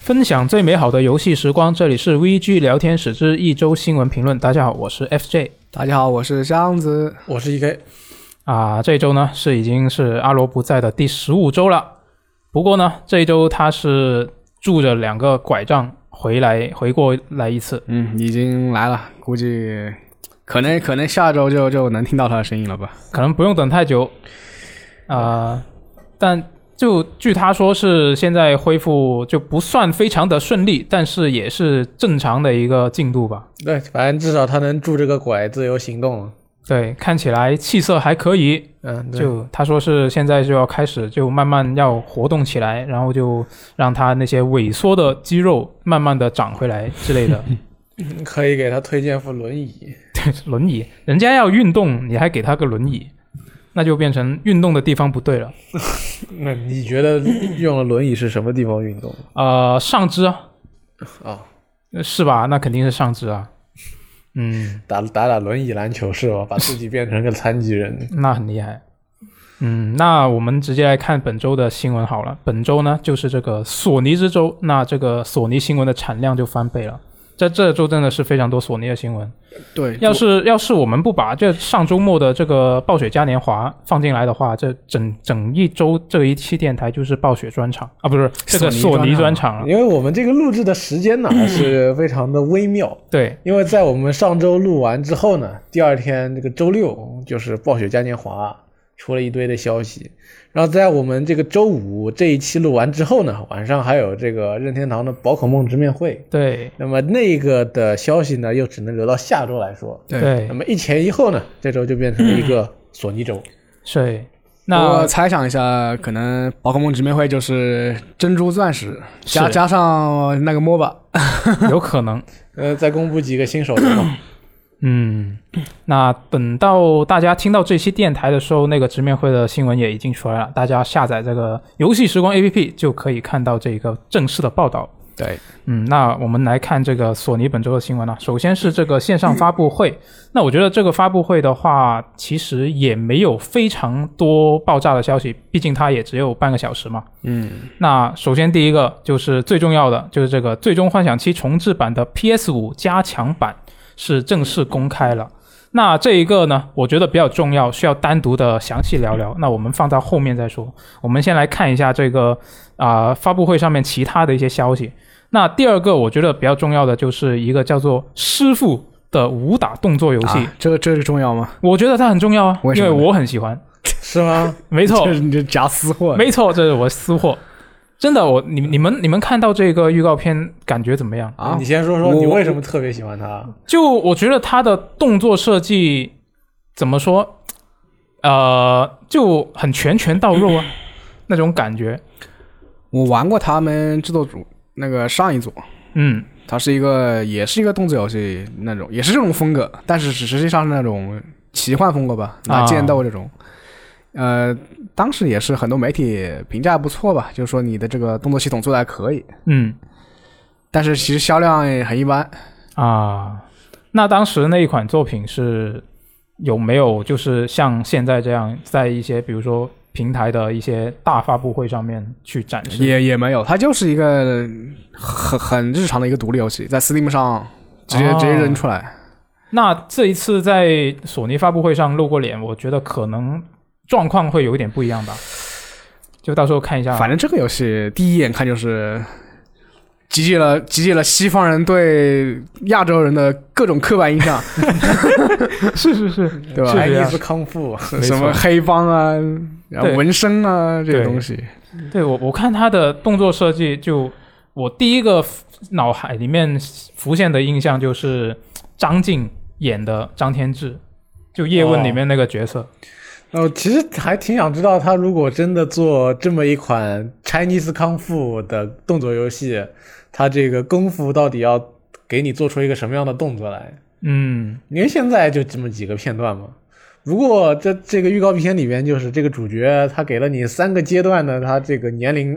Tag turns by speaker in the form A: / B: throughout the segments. A: 分享最美好的游戏时光，这里是 VG 聊天室之一周新闻评论。大家好，我是 FJ
B: 大家好，我是箱子。
C: 我是 EK，
A: 啊，这一周呢是已经是阿罗不在的第十五周了。不过呢，这一周他是拄着两个拐杖回来回过来一次。
B: 嗯，已经来了，估计可能可能下周就就能听到他的声音了吧？
A: 可能不用等太久，啊、但就据他说是现在恢复就不算非常的顺利，但是也是正常的一个进度吧。
C: 对，反正至少他能拄这个拐自由行动了。
A: 对，看起来气色还可以。
C: 嗯，对
A: 就他说是现在就要开始，就慢慢要活动起来，然后就让他那些萎缩的肌肉慢慢的长回来之类的。
C: 可以给他推荐副轮椅。
A: 对，轮椅，人家要运动，你还给他个轮椅，那就变成运动的地方不对了。
C: 那你觉得用了轮椅是什么地方运动
A: 呃，上肢啊，
C: 啊？
A: 是吧？那肯定是上肢啊。嗯，
C: 打打打轮椅篮球是吧？ 把自己变成个残疾人。
A: 那很厉害。嗯，那我们直接来看本周的新闻好了。本周呢，就是这个索尼之周，那这个索尼新闻的产量就翻倍了。在这周真的是非常多索尼的新闻。
B: 对，
A: 要是要是我们不把这上周末的这个暴雪嘉年华放进来的话，这整整一周这一期电台就是暴雪专场啊，不是这个索
B: 索
A: 尼
B: 尼
A: 专
B: 专
A: 场了。啊
C: 因为我们这个录制的时间呢还是非常的微妙，
A: 对，
C: 因为在我们上周录完之后呢，第二天这个周六就是暴雪嘉年华出了一堆的消息，然后在我们这个周五这一期录完之后呢，晚上还有这个任天堂的宝可梦直面会，
A: 对，
C: 那么那个的消息呢，又只能留到下周来说。
B: 对
A: 对
C: 那，么一前一后呢，这周就变成了一个索尼周。
A: 是。
B: 我
A: 那
B: 猜想一下，可能宝可梦直面会就是珍珠钻石加
A: 是
B: 加上那个 MOBA，
A: 有可能。
C: 呃，再公布几个新手游嘛。
A: 嗯，那等到大家听到这期电台的时候，那个直面会的新闻也已经出来了，大家下载这个游戏时光 APP 就可以看到这个正式的报道。
B: 对，
A: 嗯，那我们来看这个索尼本周的新闻了、首先是这个线上发布会，那我觉得这个发布会的话，其实也没有非常多爆炸的消息，毕竟它也只有半个小时嘛。
B: 嗯，
A: 那首先第一个就是最重要的，就是这个《最终幻想七重置版》的 PS 五加强版是正式公开了。那这一个呢，我觉得比较重要，需要单独的详细聊聊。那我们放到后面再说。我们先来看一下这个啊、发布会上面其他的一些消息。那第二个我觉得比较重要的就是一个叫做《师傅》的武打动作游戏，
B: 啊这这是重要吗？
A: 我觉得它很重要啊，
B: 为
A: 因
B: 什
A: 为
B: 么呢
A: 我很喜欢。
C: 是吗？
A: 没错，
B: 这是你这夹私货，
A: 哦没错，这是我私货。真的，我你你们你们看到这个预告片感觉怎么样？
B: 啊
C: 你？先说说
B: 我
C: 你为什么特别喜欢它？
A: 就我觉得它的动作设计怎么说，呃，就很拳拳到肉啊，那种感觉。
B: 我玩过他们制作组那个上一组，
A: 嗯，
B: 它是一个也是一个动作游戏那种，也是这种风格，但是实际上是那种奇幻风格吧，拿
A: 啊
B: 剑斗这种。呃，当时也是很多媒体评价不错吧，就是说你的这个动作系统做的还可以，
A: 嗯
B: 但是其实销量也很一般。
A: 啊，那当时那一款作品是有没有就是像现在这样，在一些比如说平台的一些大发布会上面去展示？
B: 也也没有，它就是一个很很日常的一个独立游戏，在 Steam 上直接、
A: 哦
B: 直接扔出来。
A: 那这一次在索尼发布会上露过脸，我觉得可能状况会有一点不一样吧。就到时候看一下，
B: 反正这个游戏第一眼看就是集结了集结了西方人对亚洲人的各种刻板印象，
A: 是是是，
B: 对吧？
A: 是这样
C: Chinese 康复，啊
A: 没
B: 什
A: 错
B: 么黑帮啊，然后
A: 对
B: 纹身啊这
A: 对
B: 些东西，
A: 对我我看他的动作设计就，我第一个脑海里面浮现的印象就是张晋演的张天志，就《叶问》里面那个角色。
C: 那我哦其实还挺想知道，他如果真的做这么一款 Chinese 康复的动作游戏，他这个功夫到底要给你做出一个什么样的动作来？
A: 嗯，
C: 因为现在就这么几个片段嘛。如果这这个预告片里面就是这个主角，他给了你三个阶段的他这个年龄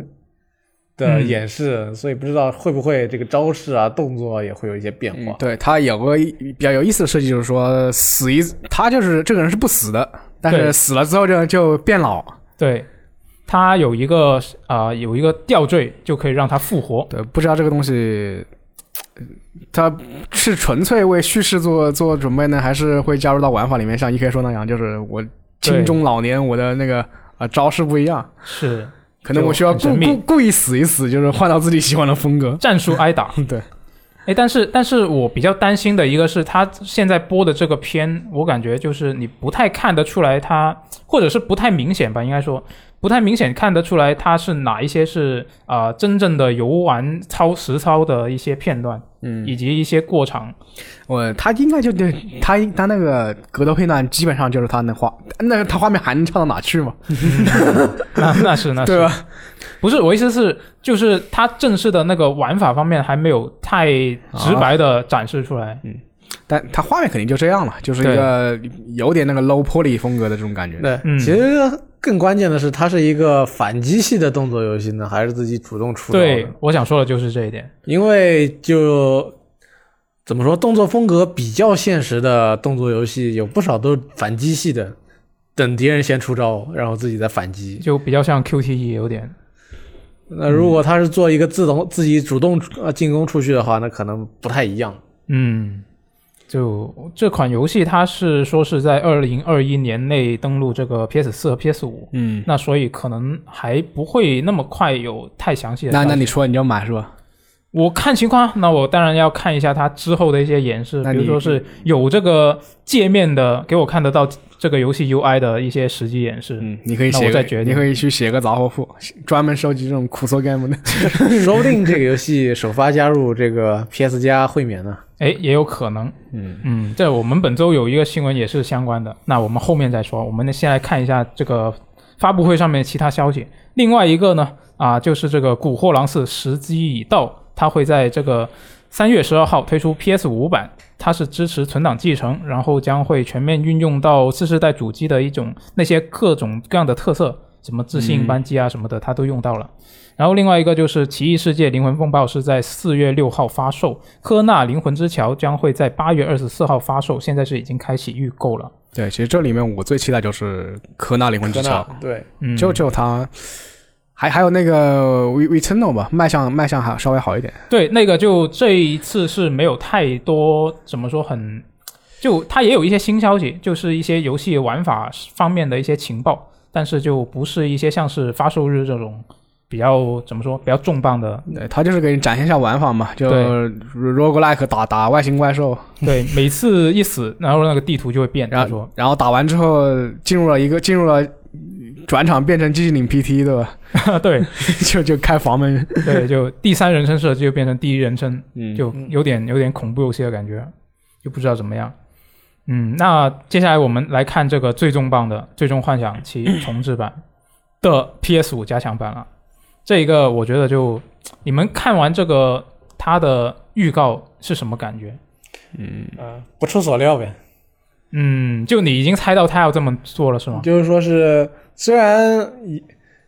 C: 的
A: 嗯
C: 演示，所以不知道会不会这个招式啊、动作也会有一些变化。
A: 嗯
B: 对他有个比较有意思的设计，就是说死一他就是这个人是不死的，但
A: 对
B: 是死了之后就就变老。
A: 对，它有一个啊、呃有一个吊坠就可以让它复活。
B: 对，不知道这个东西，它是纯粹为叙事做做准备呢，还是会加入到玩法里面？像 E K 说那样，就是我青中老年，我的那个呃招式不一样，
A: 是
B: 可能我需要
A: 就
B: 故
A: 很神秘
B: 故故意死一死，就是换到自己喜欢的风格。
A: 战术挨打。
B: 对，
A: 哎，但是但是我比较担心的一个是，他现在播的这个片，我感觉就是你不太看得出来他，或者是不太明显吧，应该说不太明显看得出来他是哪一些是啊、呃真正的游玩操实操的一些片段，
B: 嗯，
A: 以及一些过场。
B: 我他应该就对他他那个格斗片段，基本上就是他那画，那个他画面还能差到哪去嘛？
A: 那那是那是
B: 对吧？
A: 不是我意思是，就是他正式的那个玩法方面还没有太直白的展示出
B: 啊
A: 来。
B: 但他画面肯定就这样了，就是一
A: 对
B: 个有点那个 low poly 风格的这种感觉。
C: 对，
A: 嗯
C: 其实更关键的是，它是一个反击系的动作游戏呢，还是自己主动出招的？
A: 对，我想说的就是这一点。
C: 因为就怎么说，动作风格比较现实的动作游戏有不少都是反击系的，等敌人先出招，然后自己再反击。
A: 就比较像 QTE 有点，
C: 那如果他是做一个自动自己主动呃进攻出去的话，那可能不太一 样。
A: 嗯，就这款游戏它是说是在二零二一年内登陆这个 PS 四和 PS 五，
B: 嗯，
A: 那所以可能还不会那么快有太详细的消
B: 那
A: 息。
B: 那你说你要买是吧？
A: 我看情况，那我当然要看一下它之后的一些演示，
B: 那
A: 比
B: 你
A: 如说是有这个界面的，给我看得到这个游戏 UI 的一些实际演示。
B: 嗯，你可以
A: 那
B: 写
A: 我
B: 个，
A: 再决定
B: 你可以去写个杂货铺，专门收集这种苦涩 game 的。
C: 说不定这个游戏首发加入这个 PS 加会免呢。
A: 哎，也有可能。
C: 嗯
A: 嗯，这我们本周有一个新闻也是相关的，那我们后面再说。我们先来看一下这个发布会上面其他消息。另外一个呢，啊，就是这个《古惑狼四》时机已到，它会在这个三月十二号推出 PS 五版，它是支持存档继承，然后将会全面运用到次世代主机的一种那些各种各样的特色，什么自适应扳机啊什么的，它都用到了。然后另外一个就是《奇异世界：灵魂风暴》是在四月六号发售，《科纳：灵魂之桥》将会在八月二十四号发售，现在是已经开启预购了。
B: 对，其实这里面我最期待就是科纳灵魂之桥，
C: 对，
A: 嗯，
B: 就就它，还还有那个 V V t e n o 吧，卖相卖相还稍微好一点。
A: 对那个就这一次是没有太多怎么说很，就它也有一些新消息，就是一些游戏玩法方面的一些情报，但是就不是一些像是发售日这种比较怎么说比较重磅的
B: 对，它就是给你展现一下玩法嘛，就
A: 对
B: roguelike 打打外星怪兽，
A: 对，每次一死，然后那个地图就会变。他说，
B: 然后打完之后进入了一个进入了转场变成寂静岭 PT 对吧？
A: 对
B: 就就开房门，
A: 对，就第三人称设计就变成第一人称，
B: 嗯
A: 就有点有点恐怖游戏的感觉，就不知道怎么样。嗯，那接下来我们来看这个最重磅的《最终幻想七重置版》的 PS 五加强版了。这一个我觉得就你们看完这个它的预告是什么感觉？
C: 嗯，不出所料呗。
A: 嗯，就你已经猜到他要这么做了是吗？
C: 就是说是虽然也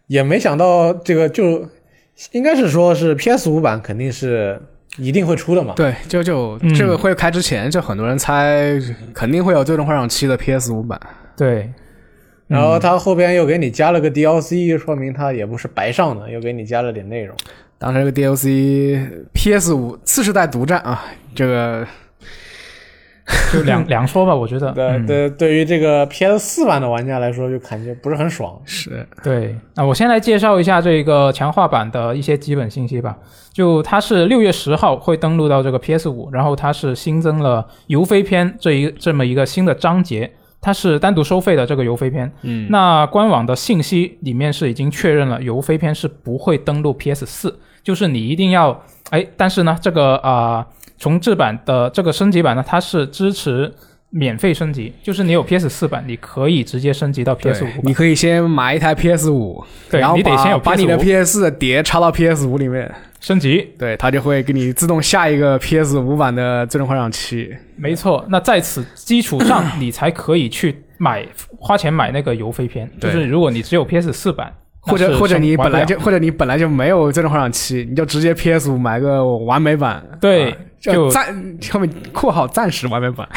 C: 也没想到这个就应该是说是 PS 五版肯定是一定会出的嘛。
B: 对，就就
A: 嗯
B: 这个会开之前，就很多人猜肯定会有《最终幻想七》的 PS 五版。
A: 对，嗯
C: 然后它后边又给你加了个 DLC，说明它也不是白上的，又给你加了点内容。
B: 当时这个 DLC PS 五次世代独占啊，这个
A: 就两两说吧，我觉得。
C: 对
A: 嗯
C: 对，对于这个 PS 四版的玩家来说，就感觉不是很爽。
B: 是
A: 对，那我先来介绍一下这个强化版的一些基本信息吧。就它是六月十号会登录到这个 PS 五，然后它是新增了游飞篇这一这么一个新的章节，它是单独收费的这个游飞篇。嗯，那官网的信息里面是已经确认了游飞篇是不会登录 PS 四，就是你一定要哎，但是呢，这个啊、重置版的这个升级版呢，它是支持。免费升级，就是你有 PS 四版，你可以直接升级到 PS 五
B: 对。你可以先买一台 PS 五，
A: 对
B: 然后
A: 你得
B: 把
A: 先有
B: 把你的
A: PS5
B: PS 的碟插到 PS 五里面，
A: 升级，
B: 对，它就会给你自动下一个 PS 五版的《最终幻想七》。
A: 没错。那在此基础上，你才可以去买花钱买那个邮飞片。就
B: 对
A: 是如果你只有 PS 四版，
B: 或者
A: 那是
B: 或者你本
A: 玩
B: 来
A: 不了
B: 就或者你本来就没有《最终幻想七》，你就直接 PS 五买个完美版，
A: 对
B: 啊
A: 就
B: 暂后面括号暂时完美版，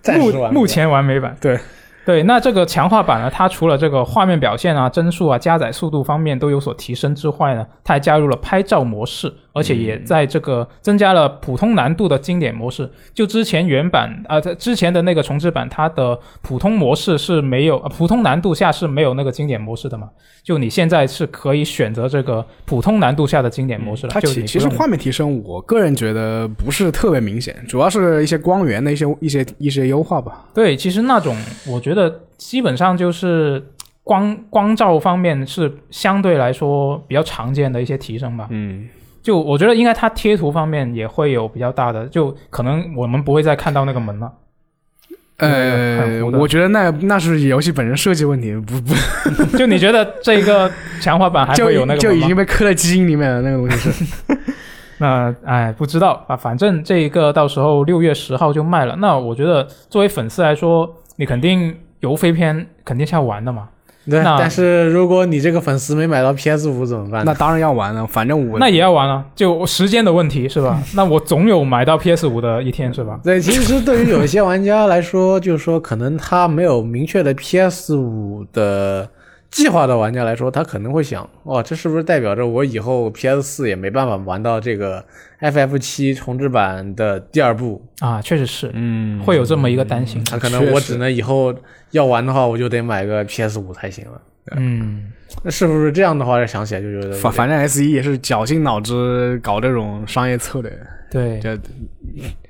C: 暂时
A: 目
C: 玩
A: 目前完美版。
B: 对
A: 对，那这个强化版呢，它除了这个画面表现啊、帧数啊、加载速度方面都有所提升之外呢，它还加入了拍照模式，而且
B: 嗯
A: 也在这个增加了普通难度的经典模式。就之前原版啊、呃，它之前的那个重置版，它的普通模式是没有、呃普通难度下是没有那个经典模式的嘛？就你现在是可以选择这个普通难度下的经典模式了。
B: 嗯它
A: 就
B: 其
A: 你
B: 其
A: 不
B: 实
A: 用
B: 画面提升，我个人觉得不是特别明显，主要是一些光源的一些一些一些优化吧。
A: 对，其实那种我觉得基本上就是光光照方面是相对来说比较常见的一些提升吧。
B: 嗯，
A: 就我觉得应该它贴图方面也会有比较大的，就可能我们不会再看到那个门了。
B: 呃，我觉得那那是游戏本身设计问题，不不
A: 就你觉得这个强化版还
B: 就
A: 会有那
B: 已
A: 个
B: 就
A: 门
B: 已
A: 吗
B: 经被刻在基因里面了那个东西 是。
A: 那哎，不知道啊，反正这一个到时候六月十号就卖了。那我觉得作为粉丝来说，你肯定游飞篇肯定是要玩的嘛。
C: 对，
A: 那
C: 但是如果你这个粉丝没买到 PS 五怎么办
B: 那
C: 呢？
B: 当然要玩了，反正我
A: 那也要玩啊，就时间的问题是 吧？那我总有买到 PS 五的一天是吧？
C: 对，其实对于有一些玩家来说，就是说可能他没有明确的 PS 五的计划的玩家来说，他可能会想，哇，这是不是代表着我以后 PS 四也没办法玩到这个 FF 七重置版的第二部？
A: 啊，确实是
B: 嗯
A: 会有这么一个担心。
C: 他可能
B: 确
C: 我
B: 实
C: 只能以后要玩的话，我就得买个 PS 五才行了。
A: 嗯，
C: 那是不是这样的话，想起来就觉得有
B: 反
C: 点
B: 反正 S E 一也是绞尽脑汁搞这种商业策略，
C: 哎
A: 对。
B: 就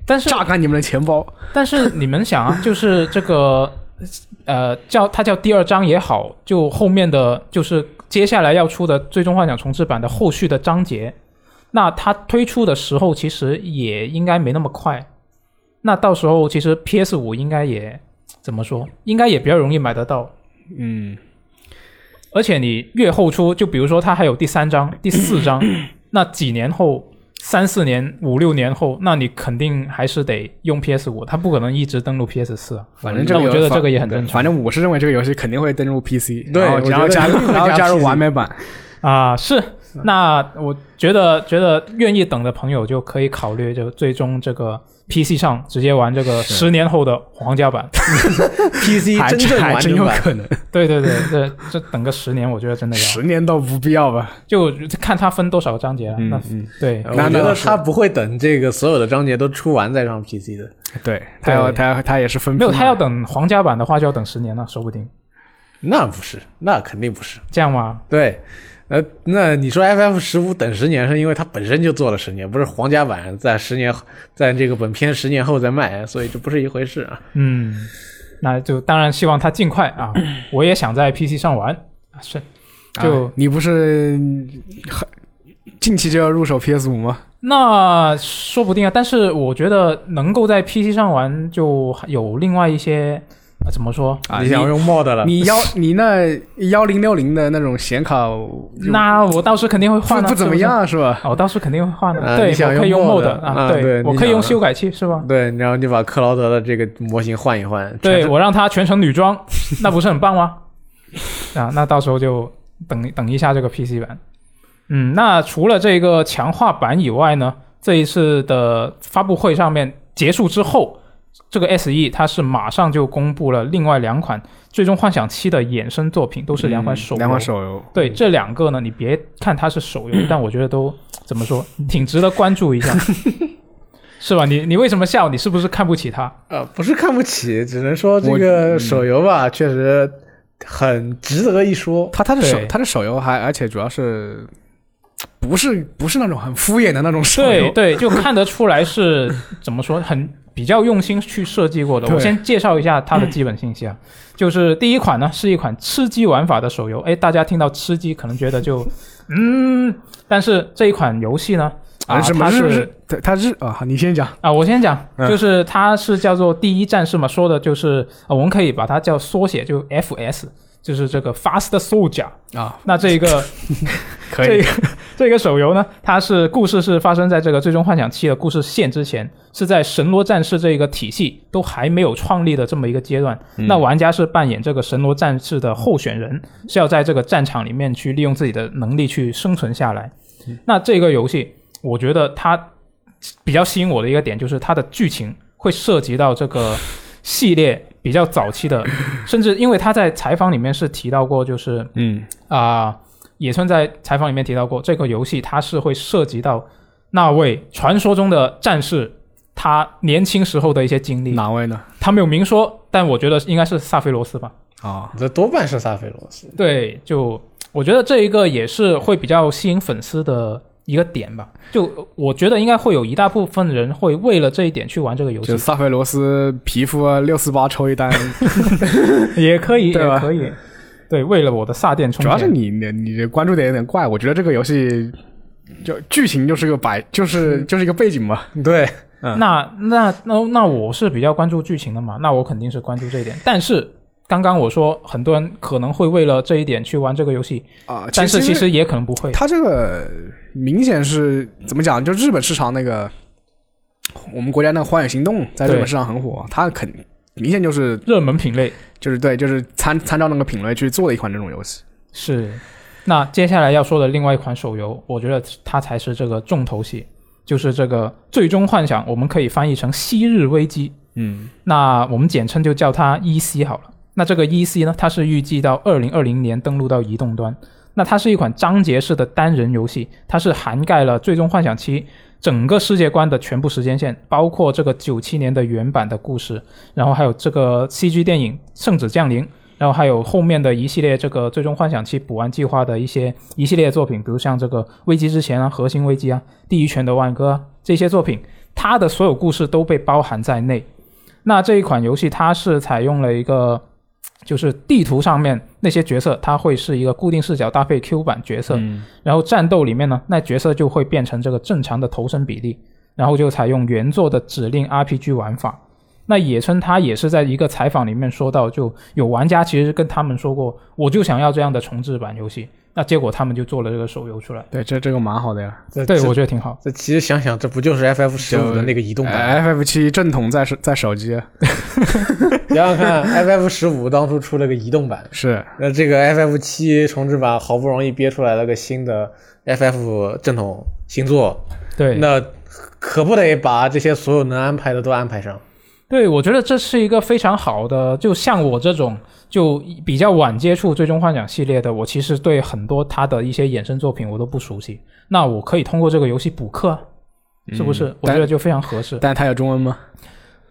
A: 但是
B: 榨干你们的钱包。
C: 嗯
A: 但是你们想啊，就是这个呃叫它叫第二章也好，就后面的就是接下来要出的《最终幻想重置版》的后续的章节，那它推出的时候其实也应该没那么快。那到时候其实 PS 五应该也怎么说，应该也比较容易买得到。
B: 嗯，
A: 而且你越后出，就比如说它还有第三章、第四章，那几年后，三四年、五六年后，那你肯定还是得用 PS 五，它不可能一直登录 PS 四。啊
B: 反正这个
A: 那我
B: 游
A: 觉得
B: 反
A: 这个也很正常
B: 反正我是认为这个游戏肯定会登录 PC，
C: 对
B: 然后
C: 我觉得
B: 然后加入
C: 一定会
B: 然后
C: 加
B: 加入
C: PC
B: 完美版。
A: 啊，是。那我觉得，觉得愿意等的朋友就可以考虑，就最终这个 PC 上直接玩这个十年后的皇家版。
C: PC
B: 还
C: 真正
B: 还
C: 完
B: 真
C: 整
B: 有
C: 版
B: 可能，啊
A: 对对对，这这等个十年，我觉得真的要
B: 十年都不必要吧？
A: 就看它分多少章节了。
B: 嗯
A: 那对
C: 呃
B: 那
C: 我觉
B: 那
C: 得
B: 是
C: 他不会等这个所有的章节都出完再上 PC 的。
B: 对，他要他要他也是分批
A: 没有，
B: 买
A: 它要等皇家版的话，就要等十年了，说不定
C: 那不是，那肯定不是。
A: 这样吗？
C: 对，呃，那你说 FF 十五等十年，是因为它本身就做了十年，不是皇家版在十年后，在这个本片十年后再卖，所以这不是一回事啊。
A: 嗯，那就当然希望它尽快啊！我也想在 PC 上玩，啊是，就、
B: 啊你不是很近期就要入手 PS 五吗？
A: 那说不定啊。但是我觉得能够在 PC 上玩，就有另外一些、啊、怎么说？
B: 啊
C: 你想用 mod 了，
B: 你幺你那幺零六零的那种显卡就
A: 那我到时肯定会
B: 不
A: 换的，
B: 不怎么样是吧？
A: 是不哦是。我到时肯定会换的，
C: 啊
A: 对，
C: 你想
A: 我可以
C: 用
A: 用
C: mod
A: mod
C: 啊
A: 对，
C: 对
A: 我
C: 你
A: 可以
C: 想
A: 用
C: 啊
A: 修改器是吧？
C: 对，然后你把克劳德的这个模型换一换，
A: 对
C: 全是，
A: 我让她全程女 装，那不是很棒吗？啊，那到时候就等等一下这个 PC 版。嗯，那除了这个强化版以外呢，这一次的发布会上面结束之后，这个 SE 它是马上就公布了另外两款《最终幻想七》的衍生作品，都是两款手游。
B: 嗯两款手游，
A: 对这两个呢，你别看它是手游， 但我觉得都怎么说，挺值得关注一下，是吧？你你为什么笑？你是不是看不起它？
C: 呃，不是看不起，只能说这
B: 我
A: 嗯
C: 个手游吧，确实很值得一说。
B: 它它的手
A: 对
B: 它的手游还而且主要是不是不是那种很敷衍的那种手
A: 对
B: 游，
A: 对，就看得出来是怎么说，很比较用心去设计过的。我
B: 对
A: 先介绍一下它的基本信息啊，就是第一款呢是一款吃鸡玩法的手游。哎，大家听到吃鸡可能觉得就嗯，但是这一款游戏呢，啊，
B: 啊什么
A: 它
B: 日
A: 是
B: 日它它日啊，你先讲，
A: 啊，我先讲，
B: 嗯
A: 就是它是叫做第一战士嘛，说的就是、呃我们可以把它叫缩写，就 FS，就是这个 Fast Soldier
B: 啊。
A: 那这个。
B: 可
A: 这
B: 以
A: 个 这个手游呢，它是故事是发生在这个《最终幻想七》的故事线之前，是在神罗战士这一个体系都还没有创立的这么一个阶段。
B: 嗯
A: 那玩家是扮演这个神罗战士的候选人，是要在这个战场里面去利用自己的能力去生存下来。
B: 嗯
A: 那这个游戏，我觉得它比较吸引我的一个点就是它的剧情会涉及到这个系列比较早期 的，甚至因为他在采访里面是提到过，就是
B: 嗯，
A: 啊、野村在采访里面提到过，这个游戏它是会涉及到那位传说中的战士他年轻时候的一些经历。
B: 哪位呢？
A: 他没有明说，但我觉得应该是萨菲罗斯吧。
B: 啊，
C: 这多半是萨菲罗斯。
A: 对，就我觉得这一个也是会比较吸引粉丝的一个点吧。就我觉得应该会有一大部分人会为了这一点去玩这个游
B: 就
A: 戏，
B: 萨菲罗斯皮肤啊六四八抽一单，
A: 也可以，
B: 对吧
A: 也可以。对，为了我的萨电充
B: 主
A: 电，
B: 要是你你你的关注点有点怪，我觉得这个游戏就剧情就是个摆，就是就是一个背景嘛。
C: 对，
A: 那那那那我是比较关注剧情的嘛，那我肯定是关注这一点。但是刚刚我说很多人可能会为了这一点去玩这个游戏，
B: 啊，
A: 但是其实也可能不会。
B: 它这个明显是怎么讲？就日本市场那个，我们国家那个《荒野行动》在日
A: 对
B: 本市场很火，它肯明显就是
A: 热门品类
B: 就是对，就是参参照那个品类去做的一款这种游戏。
A: 是，那接下来要说的另外一款手游，我觉得它才是这个重头戏，就是这个《最终幻想》，我们可以翻译成《昔日危机》，
B: 嗯，
A: 那我们简称就叫它 EC 好了。那这个 EC 呢，它是预计到二零二零年登陆到移动端。那它是一款章节式的单人游戏，它是涵盖了《最终幻想七》整个世界观的全部时间线，包括这个九七年的原版的故事，然后还有这个 CG 电影《圣子降临》，然后还有后面的一系列这个《最终幻想七》补完计划的一些一系列作品，比如像这个《危机之前》啊，《核心危机》啊，《地狱犬的挽歌》啊这些作品，它的所有故事都被包含在内。那这一款游戏它是采用了一个，就是地图上面那些角色，它会是一个固定视角搭配 Q 版角色，然后战斗里面呢，那角色就会变成这个正常的头身比例，然后就采用原作的指令 RPG 玩法。那野村他也是在一个采访里面说到，就有玩家其实跟他们说过，我就想要这样的重置版游戏，那结果他们就做了这个手游出来，
B: 对，这这个蛮好的呀。
C: 这
A: 对
C: 这
A: 我觉得挺好。
C: 这其实想想，这不就是 FF 十五的那个移动
A: 哎
C: 版？
B: FF 七正统在手在手机
C: 想想看，FF 十五当初出了个移动版，
B: 是
C: 那这个 FF 七重置版好不容易憋出来了个新的 FF 正统新作，
A: 对，
C: 那可不得把这些所有能安排的都安排上。
A: 对，我觉得这是一个非常好的，就像我这种就比较晚接触《最终幻想》系列的，我其实对很多它的一些衍生作品我都不熟悉。那我可以通过这个游戏补课啊，是不是？我觉得就非常合适。
B: 但它有中文吗？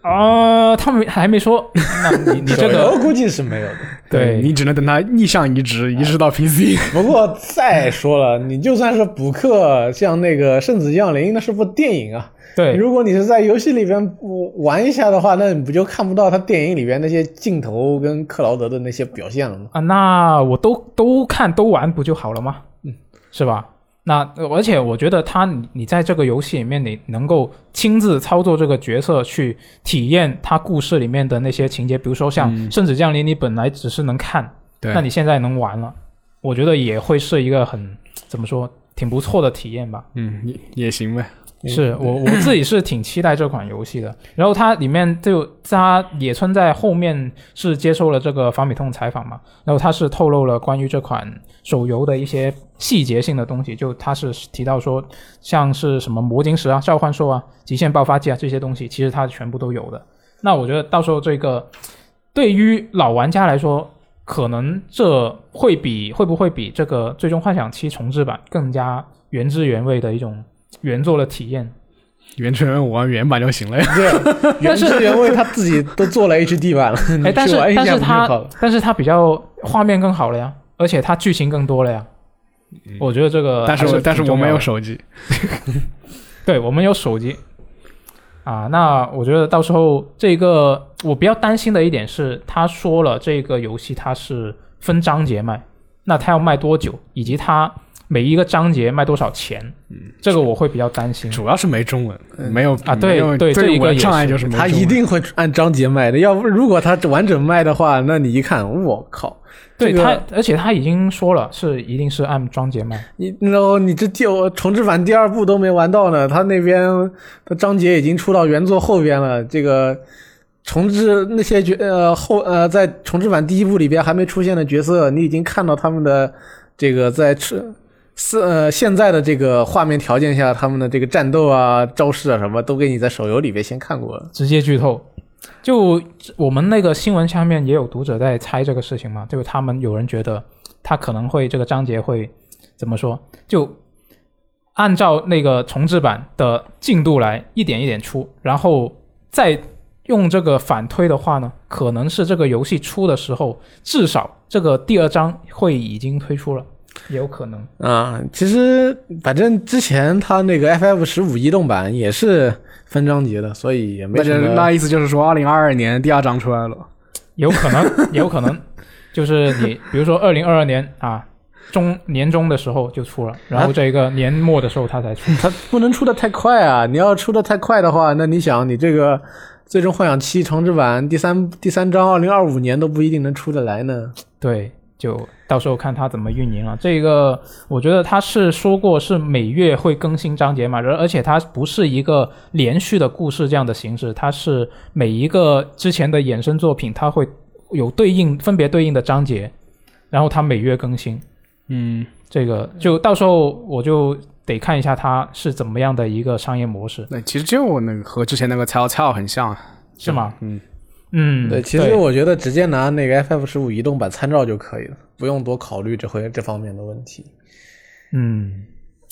A: 啊、他们还没说，那你你这
C: 手
A: 个
C: 游估计是没有的。
A: 对
B: 你只能等它逆向移植，移植 到 PC。
C: 不过再说了，你就算是补课，像那个《圣子降临》，那是部电影啊。
A: 对
C: 如果你是在游戏里边呃玩一下的话，那你不就看不到他电影里边那些镜头跟克劳德的那些表现 了吗？
A: 啊，那我都都看都玩不就好了吗？
C: 嗯，
A: 是吧？那呃而且我觉得他你你在这个游戏里面，你能够亲自操作这个角色，去体验他故事里面的那些情节，比如说像《圣子降临》，你本来只是能看，
B: 对
A: 那你现在能玩了，我觉得也会是一个很怎么说，挺不错的体验吧。
B: 嗯，也也行呗。
A: 是我我自己是挺期待这款游戏的。然后它里面就它野村在后面是接受了这个法米通采访嘛，然后他是透露了关于这款手游的一些细节性的东西，就他是提到说像是什么魔晶石啊、召唤兽啊、极限爆发剂啊这些东西，其实它全部都有的。那我觉得到时候这个对于老玩家来说。可能这会比会不会比这个《最终幻想七》重置版更加原汁原味的一种原作的体验，
B: 原纯我玩原版就行了呀。
C: 对，原汁原味他自己都做了 HD 版了，你
B: 嗯
A: 哎，但
C: 去
A: 是
C: 玩一
A: 但
C: 下
A: 是
C: 不就
A: 它
C: 好了？
A: 但是它比较画面更好了呀，而且它剧情更多了呀。我觉得这呃个还
B: 嗯 但是我
A: 是
B: 但是
A: 挺
B: 我
A: 重要
B: 没有
A: 的，
B: 手机。
A: 对我们有手机啊。那我觉得到时候这个我比较担心的一点是，他说了这个游戏它是分章节卖，那它要卖多久，以及它每一个章节卖多少钱，
B: 嗯
A: 这个我会比较担心。
B: 主要是没中文，没有
A: 嗯啊对
B: 没有
A: 对这一
B: 对
A: 个
B: 我的
A: 也
B: 障碍
A: 是
B: 就是没中
C: 他
B: 文。
C: 一定会按章节卖的，要不如果他完整卖的话，那你一看，我靠，
A: 对
C: 这个
A: 他，而且他已经说了是一定是按章节卖。
C: 你然后你这第我重置版第二部都没玩到呢，他那边的章节已经出到原作后边了。这个重置那些角呃后呃在重置版第一部里边还没出现的角色，你已经看到他们的这个在吃四呃现在的这个画面条件下，他们的这个战斗啊、招式啊什么都给你在手游里边先看过了。
A: 直接剧透。就我们那个新闻下面也有读者在猜这个事情嘛，就是他们有人觉得他可能会这个章节会怎么说？就按照那个重制版的进度来一点一点出，然后再用这个反推的话呢，可能是这个游戏出的时候，至少这个第二章会已经推出了，也有可能。
C: 啊，其实反正之前它那个 FF 十五移动版也是分章节的，所以也没
B: 那就
C: 什么。
B: 那意思就是说，二零二二年第二章出来了，
A: 有可能， 有可能，就是你比如说二零二二年啊中年中的时候就出了，然后这个年末的时候它才 出。
C: 它不能出的太快啊！你要出的太快的话，那你想，你这个《最终幻想七重置版》第三第三章，二零二五年都不一定能出得来呢。
A: 对，就到时候看它怎么运营了。这个我觉得它是说过是每月会更新章节嘛，而而且它不是一个连续的故事这样的形式，它是每一个之前的衍生作品它会有对应分别对应的章节，然后它每月更新。
B: 嗯，
A: 这个就到时候我就得看一下它是怎么样的一个商业模式，
B: 那其实就那个和之前那个 Tell Tell 很像啊，
A: 是吗？
B: 嗯
A: 嗯，
C: 对，其实我觉得直接拿那个 FF 十五移动版参照就可以了，不用多考虑这回这方面的问题。
A: 嗯，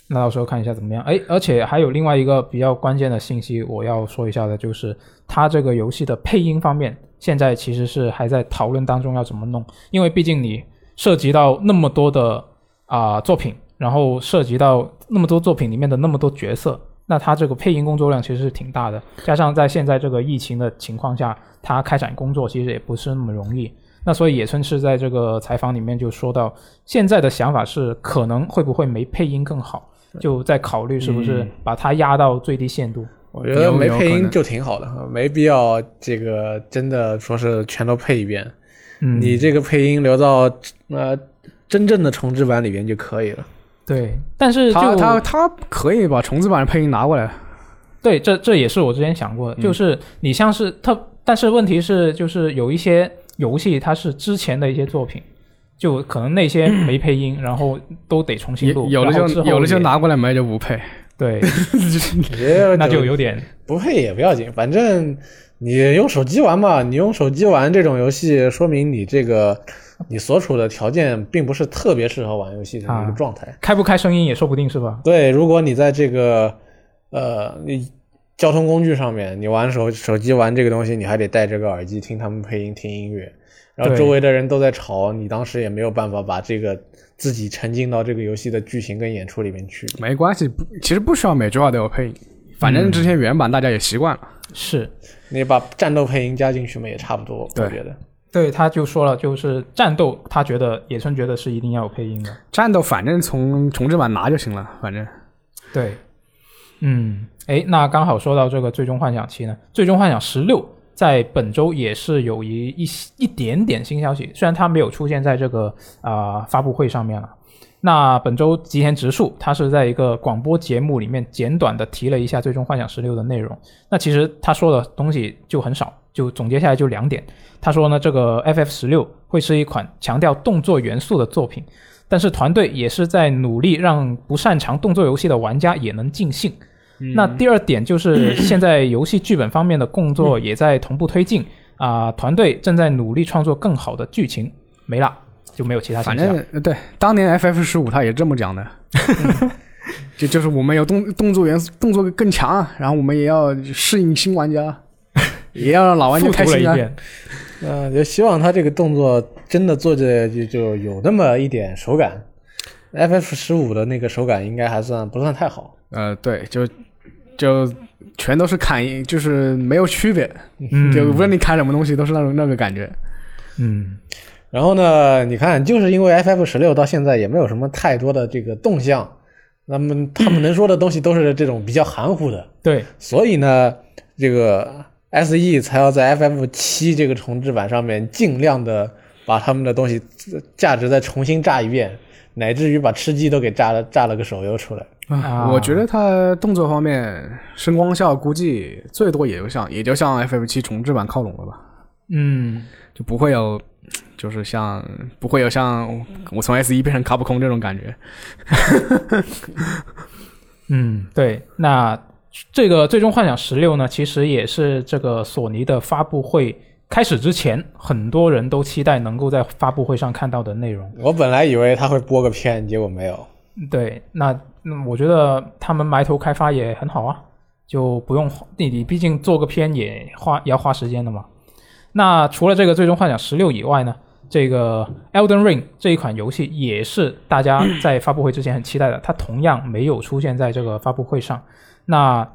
A: 那到时候看一下怎么样。哎，而且还有另外一个比较关键的信息我要说一下的，就是它这个游戏的配音方面，现在其实是还在讨论当中要怎么弄，因为毕竟你涉及到那么多的啊、作品，然后涉及到那么多作品里面的那么多角色。那它这个配音工作量其实是挺大的，加上在现在这个疫情的情况下，它开展工作其实也不是那么容易。那所以野村是在这个采访里面就说到，现在的想法是可能会不会没配音更好，就在考虑是不
B: 嗯
A: 是把它压到最低限度。
C: 我觉得
B: 有
C: 没
B: 有
C: 配
B: 可
C: 音
B: 能
C: 就挺好的，没必要这个真的说是全都配一遍。
A: 嗯，
C: 你这个配音留到呃真正的重置版里边就可以了。
A: 对，但是就
B: 他他他可以把虫子版的配音拿过来，
A: 对，这这也是我之前想
B: 嗯
A: 过的，就是你像是特，但是问题是，就是有一些游戏它是之前的一些作品，就可能那 些没配音，然后都得重新
B: 有
A: 录，
B: 有了
A: 然后之
B: 就
A: 后
B: 有了就
A: 也
B: 拿过来，没有就 不配。
A: 对，
C: 你这
A: 那就有点
C: 不配也不要紧，反正你用手机玩嘛，你用手机玩这种游戏，说明你这个你所处的条件并不是特别适合玩游戏的一个
A: 啊
C: 状态。
A: 开不开声音也说不定是吧？
C: 对，如果你在这个呃你交通工具上面，你玩手手机玩这个东西，你还得戴这个耳机听他们配音听音乐，然后
A: 对
C: 周围的人都在吵，你当时也没有办法把这个自己沉浸到这个游戏的剧情跟演出里面去。
B: 没关系，不其实不需要每句话都有配音，反
A: 嗯
B: 正之前原版大家也习惯了。
A: 是，
C: 你把战斗配音加进去嘛，也差不多，我
B: 对
C: 觉得。
A: 对，他就说了，就是战斗，他觉得野村觉得是一定要有配音的。
B: 战斗反正从重置版拿就行了，反正
A: 对，嗯，哎，那刚好说到这个《最终幻想七》呢，《最终幻想十六》在本周也是有一一一点点新消息，虽然它没有出现在这个啊、发布会上面了。那本周吉田直树他是在一个广播节目里面简短的提了一下《最终幻想十六》的内容。那其实他说的东西就很少，就总结下来就两点。他说呢，这个 FF 十六会是一款强调动作元素的作品，但是团队也是在努力让不擅长动作游戏的玩家也能尽兴。那第二点就是，现在游戏剧本方面的工作也在同步推进啊、团队正在努力创作更好的剧情。没了，就没有其他信
B: 反
A: 息了。
B: 正呃对，当年 FF 十五他也这么讲 的，就就是我们有动动作元素，动作更强啊，然后我们也要适应新玩家，也要让老玩家
A: 复
B: 开
A: 读了
B: 心
A: 一
B: 啊。
A: 遍，
C: 嗯，就希望他这个动作真的做着就就有那么一点手感。FF 十五的那个手感应该还算不算太好？
B: 呃，对，就就全都是砍一，就是没有区别，
A: 嗯，
B: 就无论你砍什么东西都是那种那个感觉。
A: 嗯，
C: 然后呢，你看，就是因为 FF 十六到现在也没有什么太多的这个动向，那么他们能说的东西都是这种比较含糊的，
A: 对，
C: 所以呢，这个 SE 才要在 FF 七这个重置版上面尽量的把他们的东西呃价值再重新炸一遍，乃至于把吃鸡都给炸了炸了个手游出来。
A: 啊
B: 我觉得他动作方面声光效估计最多也就像也就向 FF 七重置版靠拢了吧，
A: 嗯，
B: 就不会有。就是像不会有像我从 S 一变成卡普空这种感觉，
A: 嗯，对，那这个《最终幻想十六》呢，其实也是这个索尼的发布会开始之前，很多人都期待能够在发布会上看到的内容。
C: 我本来以为他会播个片，结果没有。
A: 对，那嗯我觉得他们埋头开发也很好啊，就不用你你毕竟做个片也花也要花时间的嘛。那除了这个《最终幻想十六》以外呢，这个《Elden Ring》这一款游戏也是大家在发布会之前很期待的，它同样没有出现在这个发布会上。那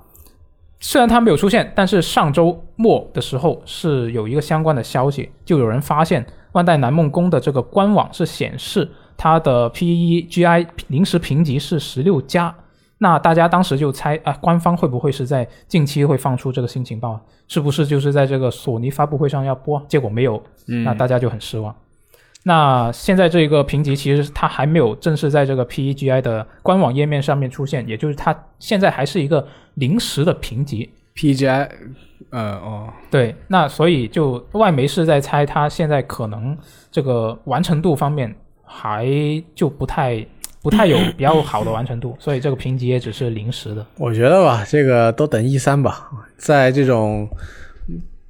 A: 虽然它没有出现，但是上周末的时候是有一个相关的消息，就有人发现万代南梦宫的这个官网是显示它的 E P1 GI 临时评级是十六加。那大家当时就猜啊，官方会不会是在近期会放出这个新情报啊？是不是就是在这个索尼发布会上要播？结果没有，那大家就很失望。那现在这个评级其实它还没有正式在这个 E PEGI 的官网页面上面出现，也就是它现在还是一个临时的评级。
B: PGI，呃哦，
A: 对，那所以就外媒是在猜它现在可能这个完成度方面还就不太不太有 比较好的完成度，所以这个评级也只是临时的。
C: 我觉得吧，这个都等 E 三吧，在这种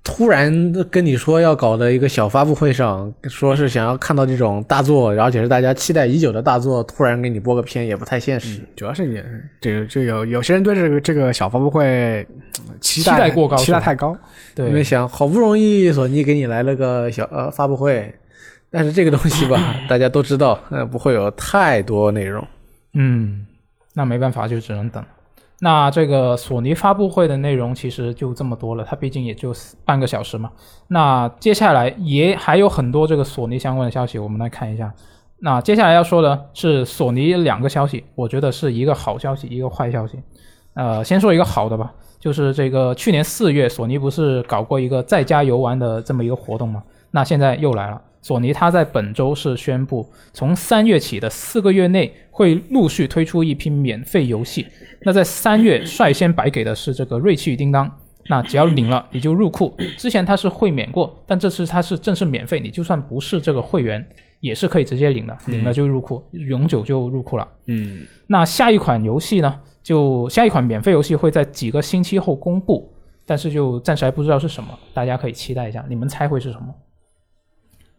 C: 突然跟你说要搞的一个小发布会上，说是想要看到这种大作，而且是大家期待已久的大作，突然给你播个片也不太现实。
B: 主要是你这个这个有有些人对这个这个小发布会呃期
A: 期待过高
B: 期
A: 是
B: 待
A: 吧
B: 太高。
C: 因为
A: 对，
C: 想好不容易索尼给你来了个小呃发布会，但是这个东西 吧，大家都知道，呃，不会有太多内容。
A: 嗯，那没办法，就只能等。那这个索尼发布会的内容其实就这么多了，它毕竟也就半个小时嘛。那接下来也还有很多这个索尼相关的消息，我们来看一下。那接下来要说的是索尼两个消息，我觉得是一个好消息，一个坏消息。呃，先说一个好的吧，就是这个去年四月，索尼不是搞过一个在家游玩的这么一个活动吗？那现在又来了，索尼它在本周是宣布，从三月起的四个月内会陆续推出一批免费游戏。那在三月率先白给的是这个《瑞奇与叮当》，那只要领了你就入库。之前它是会免过，但这次它是正式免费，你就算不是这个会员也是可以直接领的，领了就入库，永久就入库了。
B: 嗯，
A: 那下一款游戏呢？就下一款免费游戏会在几个星期后公布，但是就暂时还不知道是什么，大家可以期待一下。你们猜会是什么？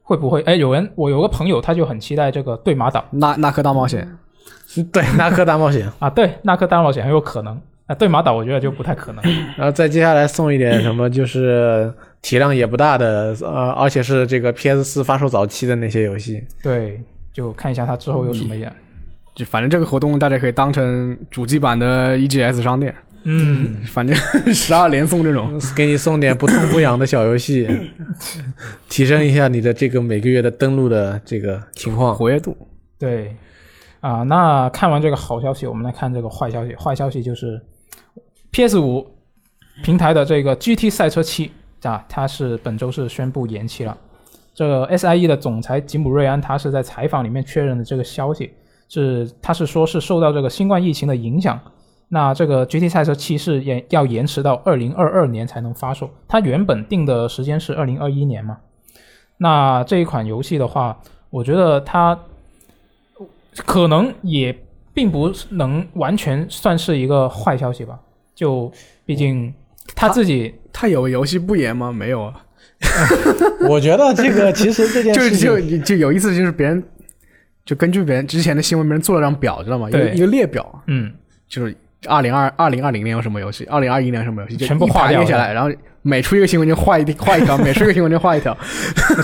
A: 会不会？哎，有人，我有个朋友，他就很期待这个《对马岛
B: 那那颗大冒险，
C: 对， 《纳克大冒险》，》
A: 啊，对，《那颗大冒险》很有可能。那《对马岛》我觉得就不太可能。
C: 然后再接下来送一点什么，就是体量也不大的，呃，而且是这个 PS 四发售早期的那些游戏。
A: 对，就看一下他之后有什么演。
B: 就反正这个活动大家可以当成主机版的 EGS 商店，
A: 嗯，
B: 反正 十二连送这种。
C: 给你送点不痛不痒的小 游戏，提升一下你的这个每个月的登录的这个情况。
B: 活跃度，
A: 对，啊、那看完这个好消息，我们来看这个坏消息。坏消息就是 PS 五平台的这个 GT 赛车七啊，它是本周是宣布延期了。这个 SIE 的总裁吉姆瑞安，他是在采访里面确认的这个消息，是他是说是受到这个新冠疫情的影响，那这个 GT 赛车七是延要延迟到二零二二年才能发售，它原本定的时间是二零二一年嘛。那这一款游戏的话，我觉得它可能也并不能完全算是一个坏消息吧，就毕竟他自己
C: 哦
B: 它有游戏不严吗？没有啊，
C: 我觉得这个其实这 件
B: 就
C: 事情
B: 就就有一次就是别人就根据别人之前的新闻，别人做了张表，知道吗？一个
A: 对
B: 一个列表，
A: 嗯
B: 就是二零二二零二零年有什么游戏，二零二一年有什么游戏，就
A: 全部
B: 一
A: 划
B: 排
A: 掉
B: 列下
A: 了
B: 来，然后每出一个新闻就画一画一条，每出一个新闻就画 一条，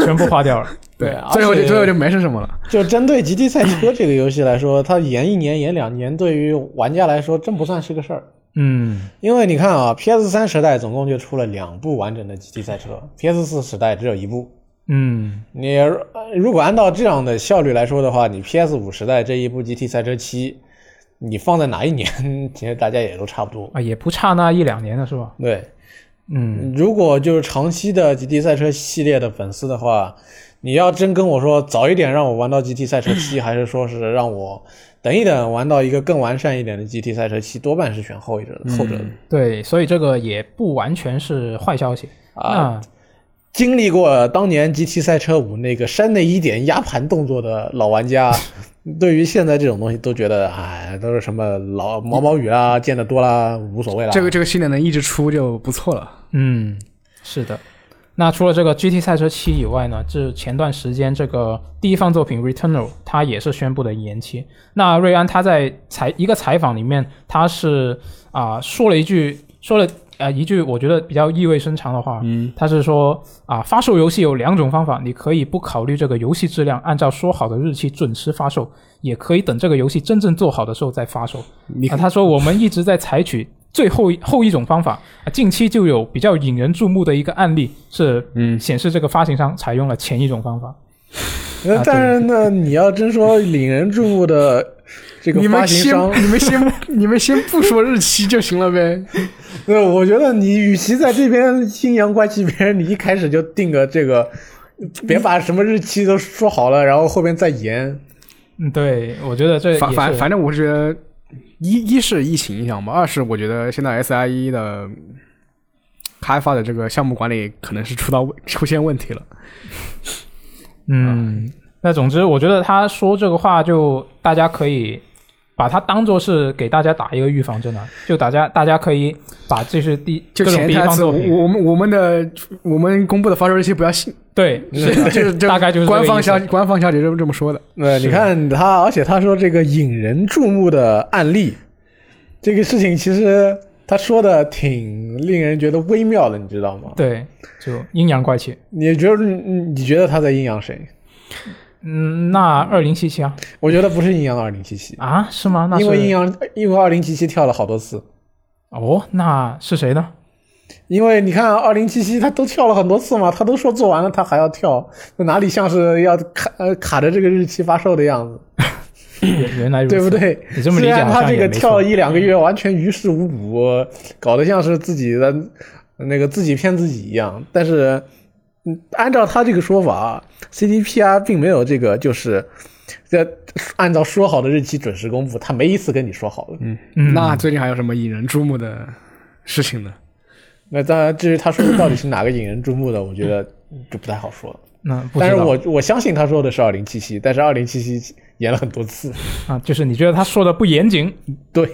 A: 全部花掉了。 啊
C: 对，
B: 最后
C: 而
B: 就
C: 且
B: 最后就没是什么了。
C: 就针对《极地赛车》这个游戏来说，它延一年、延两年，对于玩家来说真不算是个事儿。
A: 嗯，
C: 因为你看啊，PS 三时代总共就出了两部完整的《极地赛车》，PS 四时代只有一部。
A: 嗯，
C: 你呃如果按照这样的效率来说的话，你 PS 五时代这一部《GT 赛车七》，你放在哪一年，其实大家也都差不多。
A: 啊，也不差那一两年了，是吧？
C: 对，
A: 嗯，
C: 如果就是长期的《GT 赛车》系列的粉丝的话，你要真跟我说早一点让我玩到《GT 赛车七》，还是说是让我等一等玩到一个更完善一点的《GT 赛车七》，多半是选后者的后者的。
A: 对，所以这个也不完全是坏消息
C: 啊
A: 那
C: 经历过当年 GT 赛车五那个山内一点压盘动作的老玩家，对于现在这种东西都觉得，哎，都是什么老毛毛雨啦，见得多啦，无所谓啦。
B: 这个这个系列能一直出就不错了。
A: 嗯，是的。那除了这个 GT 赛车七以外呢，这前段时间这个第一方作品 Returnal 它也是宣布了延期。那瑞安他在采一个采访里面，他是啊、说了一句，说了呃一句我觉得比较意味深长的话，
B: 嗯，
A: 他是说啊，发售游戏有两种方法，你可以不考虑这个游戏质量，按照说好的日期准时发售，也可以等这个游戏真正做好的时候再发售。
B: 你
A: 啊，他说我们一直在采取最后一后一种方法，啊，近期就有比较引人注目的一个案例是，
B: 嗯
A: 显示这个发行商采用了前一种方法。
B: 啊
C: 那当然呃呢，你要真说引人注目的 这个
B: 你
C: 发
B: 们
C: 行
B: 先
C: 商，
B: 你们先 你们先不说日期就行了呗。
C: 对，呃我觉得你与其在这边阴阳怪气别人，你一开始就定个这个，别把什么日期都说好了，然后后面再延。
A: 嗯，对，我觉得这也
B: 反反
A: 是
B: 反正我是觉得一一是疫情影响吧，二是我觉得现在 SIE 的开发的这个项目管理可能是出到问出现问题了。啊
A: 嗯，那总之我觉得他说这个话就大家可以。把它当做是给大家打一个预防针啊，就大家大家可以把这是第
B: 就
A: 各种
B: 潜
A: 第一
B: 台
A: 方
B: 词，
A: 作
B: 我
A: 品，
B: 我们我们的我们公布的发售日期不要信，
A: 对，
B: 是 这这
A: 大概就是这个
B: 官方
A: 意思
B: 消官方消息这么这么说的。
C: 那呃你看他，而且他说这个引人注目的案例，这个事情其实他说的挺令人觉得微妙的，你知道吗？
A: 对，就阴阳怪气。
C: 你觉得你你觉得他在阴阳谁？
A: 嗯，那二零七七啊
C: 我觉得不是阴阳二零七七，
A: 啊是吗？那是
C: 因为阴阳因为二零七七跳了好多次，
A: 哦，那是谁呢？
C: 因为你看二零七七他都跳了很多次嘛，他都说做完了，他还要跳，那哪里像是要卡呃卡着这个日期发售的样子，
A: 原原来如此，
C: 对不？对？
A: 你这么理
C: 虽
A: 解
C: 然
A: 好
C: 他
A: 像
C: 这
A: 也
C: 个
A: 没
C: 跳
A: 错
C: 了一两个月，完全于事无补，搞得像是自己的那个自己骗自己一样。但是，嗯，按照他这个说法啊，CDPR 并没有这个就是在按照说好的日期准时公布，他没一次跟你说好的。
B: 嗯，
A: 嗯
B: 那最近还有什么引人注目的事情呢？
C: 那当然，至于他说的到底是哪个引人注目的，我觉得就不太好说了。
A: 那嗯不
C: 但
A: 知
C: 是
A: 道
C: 我我相信他说的是二零七七，但是二零七七演了很多次。
A: 啊，就是你觉得他说的不严谨，
C: 对，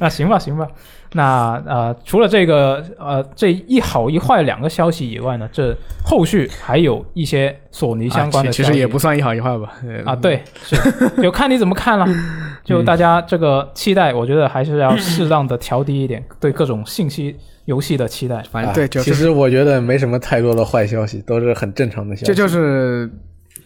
A: 那行吧，行吧。那呃，除了这个呃这一好一坏两个消息以外呢，这后续还有一些索尼相关的
B: 啊其
A: 消
B: 其
A: 息、
B: 实也不算一好一坏吧。呃
A: 啊，，对，是就看你怎么 看了。
C: 嗯
A: 就大家这个期待，我觉得还是要适当的调低一点，对各种信息游戏的期待。
B: 反正对，
C: 哎
B: 就
C: 其
B: 是
C: 实我觉得没什么太多的坏消息，都是很正常的消息。
B: 这就是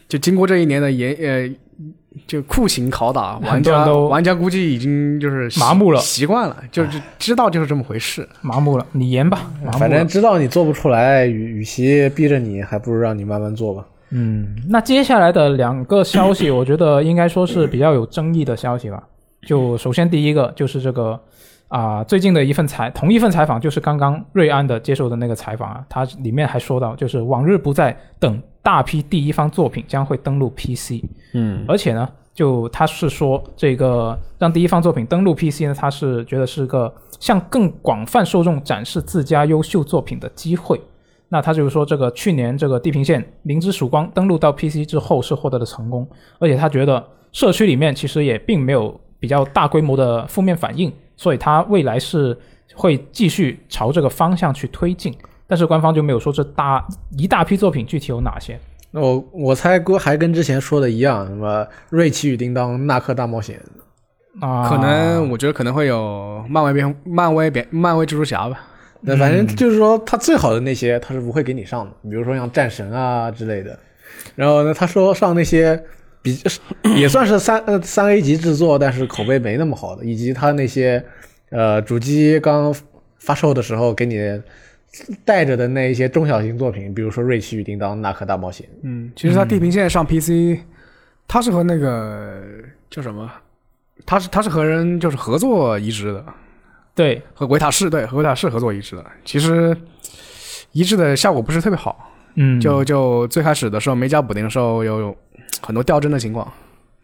B: 就经过这一年的严呃就酷刑拷打，
A: 很
B: 玩
A: 多人
B: 家
A: 都
B: 玩家估计已经就是习
A: 麻木了哎
B: 习惯了，就是知道就是这么回事。
A: 麻木了，你严吧，麻木了。
C: 反正知道你做不出来，与与其逼着你，还不如让你慢慢做吧。
A: 嗯，那接下来的两个消息，我觉得应该说是比较有争议的消息吧。就首先第一个就是这个啊、最近的一份采同一份采访，就是刚刚瑞安的接受的那个采访啊，它里面还说到，就是往日不再等大批第一方作品将会登陆 PC，
B: 嗯，
A: 而且呢，就他是说这个让第一方作品登陆 PC 呢，他是觉得是个向更广泛受众展示自家优秀作品的机会。那他就是说，这个去年这个《地平线：零之曙光》登陆到 PC 之后是获得了成功，而且他觉得社区里面其实也并没有比较大规模的负面反应，所以他未来是会继续朝这个方向去推进。但是官方就没有说这大一大批作品具体有哪些。
C: 那我我猜跟还跟之前说的一样，什么《瑞奇与叮当》《纳克大冒险
A: 啊，
B: 可能我觉得可能会有漫威变漫威变漫威蜘蛛侠吧。》，
C: 那反
A: 嗯
C: 正就是说，他最好的那些他是不会给你上的，比如说像战神啊之类的。然后呢，他说上那些比 也算是三呃三 A 级制作，但是口碑没那么好的，以及他那些呃主机刚发售的时候给你带着的那一些中小型作品，比如说《瑞奇与叮当》《纳克大冒险》。
B: 嗯，其实它《地平线》上 PC，它是和那个叫什么？它是它是和人就是合作移植的，
A: 对，
B: 和维塔士对和维塔士合作移植的。其实移植的效果不是特别好，
A: 嗯，
B: 就就最开始的时候没加补丁的时候有有很多掉帧的情况。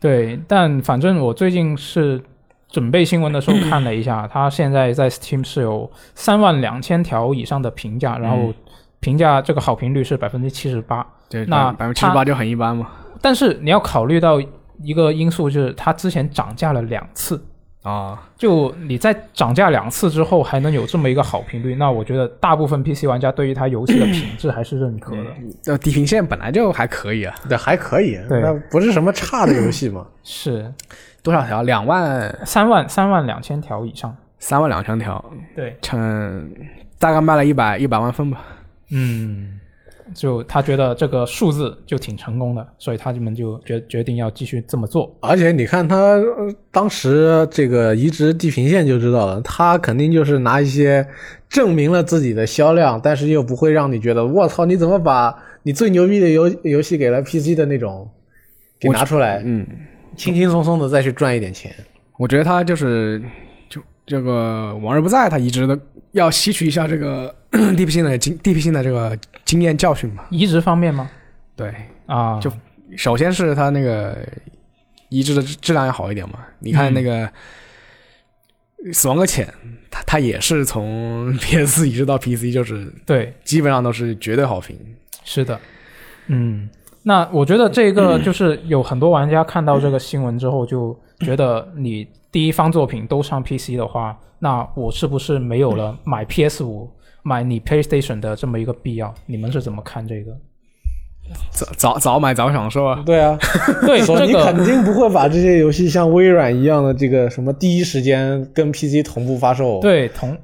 A: 对，但反正我最近是准备新闻的时候看了一下，它现在在 Steam 是有三万两千条以上的评价，然后评价这个好评率是百分之七十八。
B: 对，
A: 那
B: 百分之七十
A: 它
B: 八就很一般嘛。
A: 但是你要考虑到一个因素就是它之前涨价了两次，
B: 啊，
A: 就你在涨价两次之后还能有这么一个好评率，那我觉得大部分 PC 玩家对于它游戏的品质还是认可的。
B: 呃，地平线本来就还可以啊，
C: 对，还可以，
A: 对
C: 那不是什么差的游戏嘛。
A: 是
B: 多少条？两万
A: 三万三万两千条以上。
B: 三万两千条，
A: 对，
B: 乘大概卖了一百一百万份吧。
A: 嗯，就他觉得这个数字就挺成功的，所以他们就决决定要继续这么做。
C: 而且你看他呃当时这个移植地平线就知道了，他肯定就是拿一些证明了自己的销量，但是又不会让你觉得我操，你怎么把你最牛逼的游游戏给了 PC 的那种给拿出来，
B: 嗯，
C: 轻轻松松的再去赚一点钱。
B: 我觉得他就是就这个王日不在，他移植的要吸取一下这个 DP 性的经 DP 性的这个经验教训嘛。
A: 移植方面吗？
B: 对，
A: 啊，
B: 就首先是他那个移植的质质量要好一点嘛。你看那
A: 嗯
B: 个《死亡搁浅》，它它也是从 PS 移植到 PC，就是
A: 对，
B: 基本上都是绝对好评。
A: 是的，嗯，那我觉得这 个就是有很多玩家看到这个新闻之后，就觉得你第一方作品都上 PC 的话，那我是不是没有 了买 PS 五、买你 PlayStation 的这么一个必要？你们是怎么看这 个？
B: 早早早买早享受啊！
C: 对啊，
A: 对
C: 索
A: 这
C: 尼
A: 个，
C: 肯定不会把这些游戏像微软一样的这个什么第一时间跟 PC 同步发售。，
A: 对同。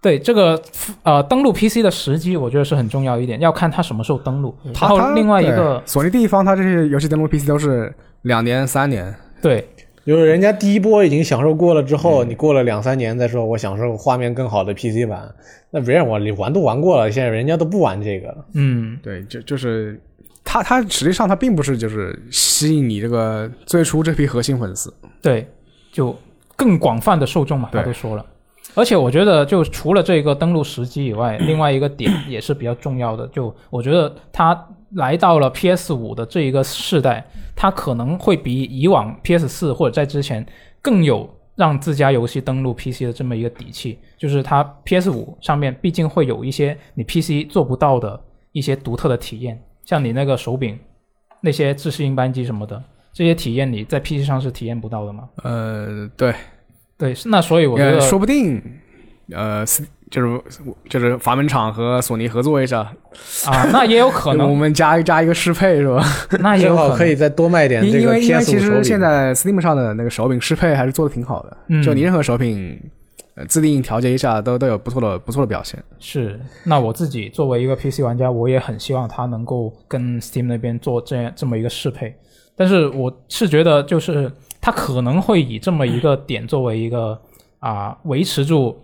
A: 对这个呃，登录 PC 的时机，我觉得是很重要一点，要看它什么时候登录。然
B: 它
A: 后
B: 它
A: 另外一
B: 对
A: 个，
B: 索尼第一方，它这些游戏登录 PC 都是两年三年。
A: 对
C: 就是人家第一波已经享受过了之后，
B: 嗯
C: 你过了两三年再说我享受画面更好的 PC 版，那别人我你玩都玩过了，现在人家都不玩这个了。
A: 嗯，
B: 对，就就是它它实际上它并不是就是吸引你这个最初这批核心粉丝。
A: 对，就更广泛的受众嘛，他
B: 对
A: 都说了。而且我觉得，就除了这个登录时机以外，另外一个点也是比较重要的。就我觉得它来到了 PS 五的这一个世代，它可能会比以往 PS 四或者在之前更有让自家游戏登录 PC 的这么一个底气。就是它 PS 五上面毕竟会有一些你 PC 做不到的一些独特的体验，像你那个手柄、那些自适应扳机什么的，这些体验你在 PC 上是体验不到的嘛。
B: 呃，对，
A: 对，是那所以我觉
B: 呃，
A: 得，
B: 说不定，呃，斯就是就是阀门厂和索尼合作一下，
A: 啊，那也有可
B: 我
A: 能，
B: 们加加一个适配是吧？
A: 那也有
C: 正好
A: 可
C: 可
A: 能。
C: 以再多卖一 点
B: 因
C: 这
B: 因
C: 个
B: 为因为
C: PS
B: 其
C: 五手
B: 实
C: 柄。
B: 现在 Steam 上的那个手柄适配还是做的挺好的，
A: 嗯
B: 就你任何手柄呃自定义调节一下都都有不错的不错的表现。
A: 是，那我自己作为一个 PC 玩家，我也很希望它能够跟 Steam 那边做这样这么一个适配。但是我是觉得，就是它可能会以这么一个点作为一个啊、维持住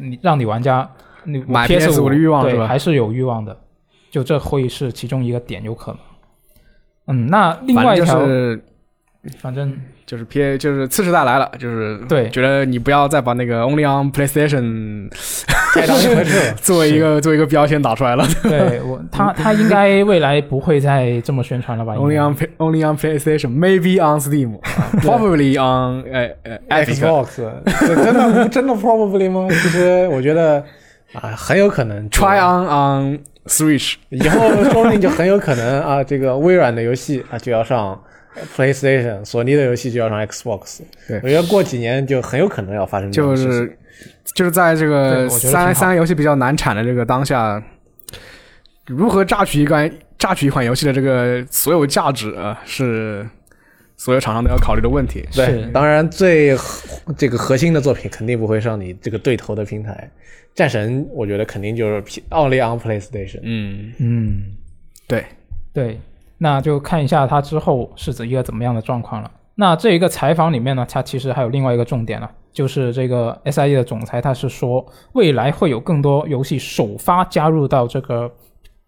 A: 你让你玩家你
B: 买
A: PS 五
B: PS5 的欲望是吧
A: 还是有欲望的，就这会是其中一个点，有可能。嗯，那另
B: 反
A: 外一
B: 正
A: 条，
B: 就是
A: 反正
B: 就是 P 就是次世代来了，就是
A: 对
B: 觉得你不要再把那个 Only on PlayStation
C: 太当一回事了
B: 作为一个作为一个标签打出来了
A: 对我，他他应该未来不会再这么宣传了吧？应
B: ，Only
A: 该
B: on Play- Only on PlayStation maybe on Steam 啊 probably on 呃呃 Epic
C: Xbox，这真的真的 probably 吗？其实我觉得啊，很有可能
B: try on on Switch
A: 嗯
C: 以后说不定就很有可能啊，这个微软的游戏啊就要上 PlayStation，索尼的游戏就要上 Xbox。
B: 对
C: 我觉得过几年就很有可能要发生这
B: 就
C: 种事情。
B: 是就是在这个
A: 对我觉得挺好
B: 三三 A 游戏比较难产的这个当下，如何榨取一款榨取一款游戏的这个所有价值啊，是所有厂商都要考虑的问题。
A: 是
C: 对，当然最核这个核心的作品肯定不会上你这个对头的平台。战神，我觉得肯定就是 P only on PlayStation。
B: 嗯，
A: 嗯，
B: 对，
A: 对，那就看一下他之后是怎一个怎么样的状况了。那这一个采访里面呢，他其实还有另外一个重点了，就是这个 SIE 的总裁他是说，未来会有更多游戏首发加入到这个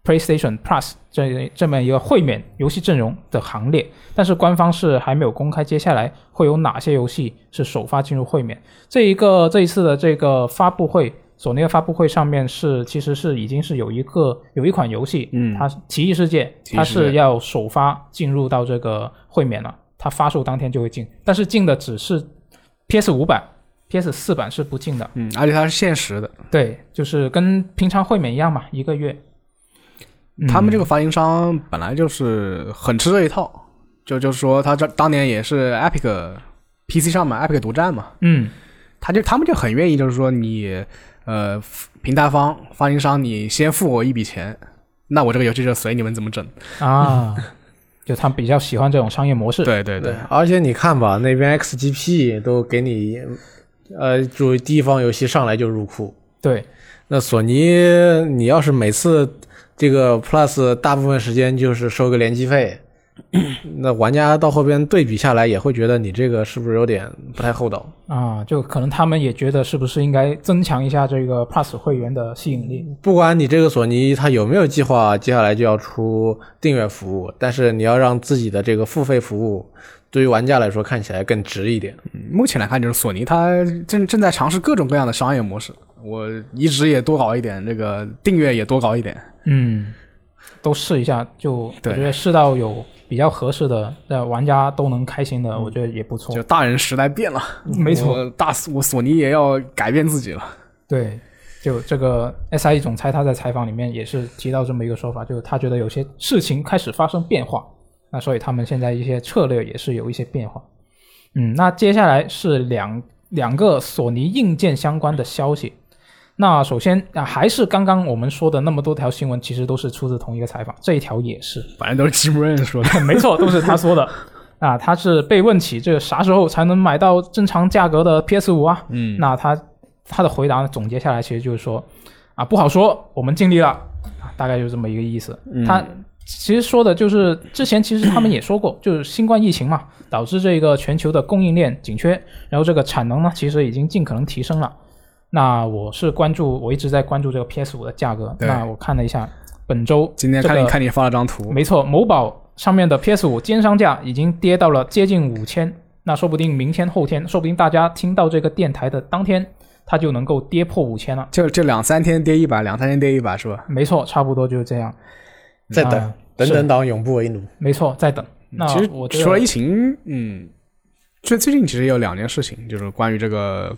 A: PlayStation Plus 这这么一个会免游戏阵容的行列，但是官方是还没有公开接下来会有哪些游戏是首发进入会免。这一个这一次的这个发布会，索尼的发布会上面是其实是已经是有一个有一款游戏，
B: 嗯
A: 它是《奇异世界》，
B: 奇异
A: 它
B: 世界
A: 是要首发进入到这个会免了，它发售当天就会进，但是进的只是 PS 五版、PS 四版是不进的。
B: 嗯，而且它是限时的，
A: 对，就是跟平常会免一样嘛，一个月。
B: 他们
A: 嗯
B: 这个发行商本来就是很吃这一套，就就是说他这当年也是 Epic PC 上嘛，Epic 独占嘛，
A: 嗯，
B: 他就他们就很愿意，就是说你呃平台方发行商你先付我一笔钱，那我这个游戏就随你们怎么整。
A: 啊， 就他们比较喜欢这种商业模式。
B: 对对
C: 对，而且你看吧，那边 XGP 都给你，呃，作为地方游戏上来就入库。
A: 对
C: 那索尼，你要是每次这个 Plus 大部分时间就是收个联机 费，那玩家到后边对比下来也会觉得你这个是不是有点不太厚道？
A: 啊，就可能他们也觉得是不是应该增强一下这个 Plus 会员的吸引力？
C: 不管你这个索尼它有没有计划接下来就要出订阅服务，但是你要让自己的这个付费服务对于玩家来说看起来更值一点。
B: 嗯目前来看，就是索尼它正正在尝试各种各样的商业模式。我移植也多搞一点，这个订阅也多搞一点。
A: 嗯，都试一下，就我
B: 对
A: 觉得试到有比较合适的，让玩家都能开心
B: 嗯
A: 的，我觉得也不错
B: 就。大人时代变了，
A: 嗯没错
B: 我大我索尼也要改变自己了。
A: 对，就这个 SIE 总裁他在采访里面也是提到这么一个说法，就是他觉得有些事情开始发生变化，那所以他们现在一些策略也是有一些变化。嗯，那接下来是两两个索尼硬件相关的消息。那首先啊，还是刚刚我们说的那么多条新闻，其实都是出自同一个采访，这一条也是。
B: 反正都是 Jim Ryan 说 的。
A: 没错，都是他说 的。啊，他是被问起这个啥时候才能买到正常价格的 PS 五啊？嗯，那他他的回答总结下来其实就是说，啊，不好说，我们尽力了，啊大概就是这么一个意思。
B: 嗯
A: 他其实说的就是之前其实他们也说过， 就是新冠疫情嘛，导致这个全球的供应链紧缺，然后这个产能呢其实已经尽可能提升了。那我是关注，我一直在关注这个 PS 五的价格。
B: 对
A: 那我看了一下，本周
B: 今天看
A: 这
B: 你
A: 个
B: 看你发了张图，
A: 没错，某宝上面的 PS 五奸商价已经跌到了接近五千，那说不定明天后天，说不定大家听到这个电台的当天，它就能够跌破五千了。
B: 就就两三天跌一百，两三天跌一百是吧？
A: 没错，差不多就是这样。
C: 再等、
A: 啊
C: 等
A: 是
C: 等等，永不为奴。
A: 没错，再等。那
B: 其实
A: 啊我觉得
B: 除了疫情，嗯，最最近其实也有两件事情，就是关于这个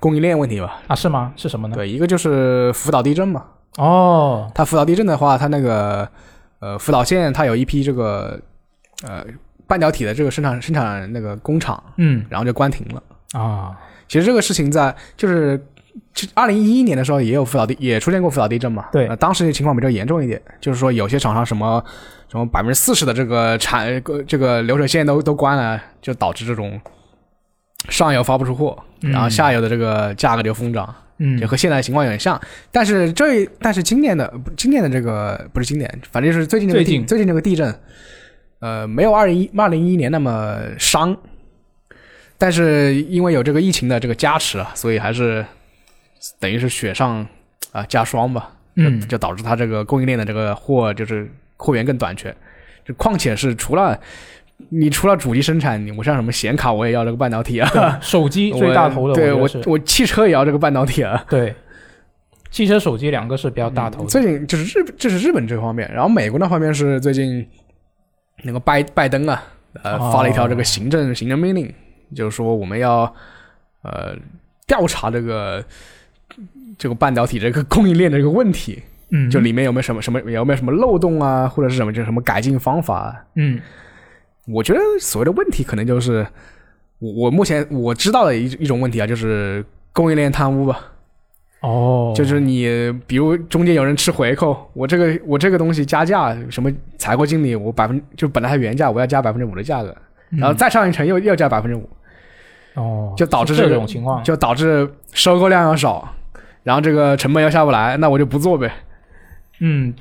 B: 供应链问题吧。
A: 啊，是吗？是什么呢？
B: 对，一个就是福岛地震嘛，
A: 哦，
B: 它福岛地震的话，它那个呃福岛县它有一批这个呃半导体的这个生产生产那个工厂，
A: 嗯
B: 然后就关停了。
A: 啊，
B: 其实这个事情在就是。二零一一年的时候也有福岛地也出现过福岛地震嘛，
A: 对
B: 呃当时情况比较严重一点，就是说有些厂商什么什么百分之四十的这个产呃这个流水线都都关了，就导致这种上游发不出货，
A: 嗯
B: 然后下游的这个价格就疯涨，
A: 嗯
B: 就和现在情况有点像。但是这但是今年的不今年的这个不是今年，反正就是最近这个地
A: 最近
B: 最近这个地震，呃，没有二零一二零一一年那么伤，但是因为有这个疫情的这个加持啊，所以还是等于是雪上啊、加霜吧，
A: 嗯
B: 就导致它这个供应链的这个货就是货源更短缺。就况且是除了你除了主机生产，你我像什么显卡我也要这个半导体啊，
A: 对 手机
B: 我
A: 最大头的，
B: 对
A: 我
B: 我
A: 觉得是
B: 我汽车也要这个半导体啊。
A: 对，汽车、手机两个是比较大头的。
B: 最近就是日这是日本这方面，然后美国那方面是最近那个拜拜登啊，呃，
A: 哦
B: 发了一条这个行政行政命令，就是说我们要呃调查这个这个半导体这个供应链的这个问题，
A: 嗯，
B: 就里面有没有什么什么有没有什么漏洞啊，或者是什么就是什么改进方法啊、
A: 嗯
B: 我觉得所谓的问题，可能就是我我目前我知道的一一种问题啊，就是供应链贪污吧。
A: 哦，
B: 就是你，比如中间有人吃回扣，我这个我这个东西加价，什么采购经理，我百分就本来它原价，我要加百分之五的价格，
A: 嗯
B: 然后再上一层又又加百分之五，
A: 哦，
B: 就导致
A: 这
B: 这个
A: 种情况，
B: 就导致收购量要少，然后这个成本又下不来，那我就不做呗。
A: 嗯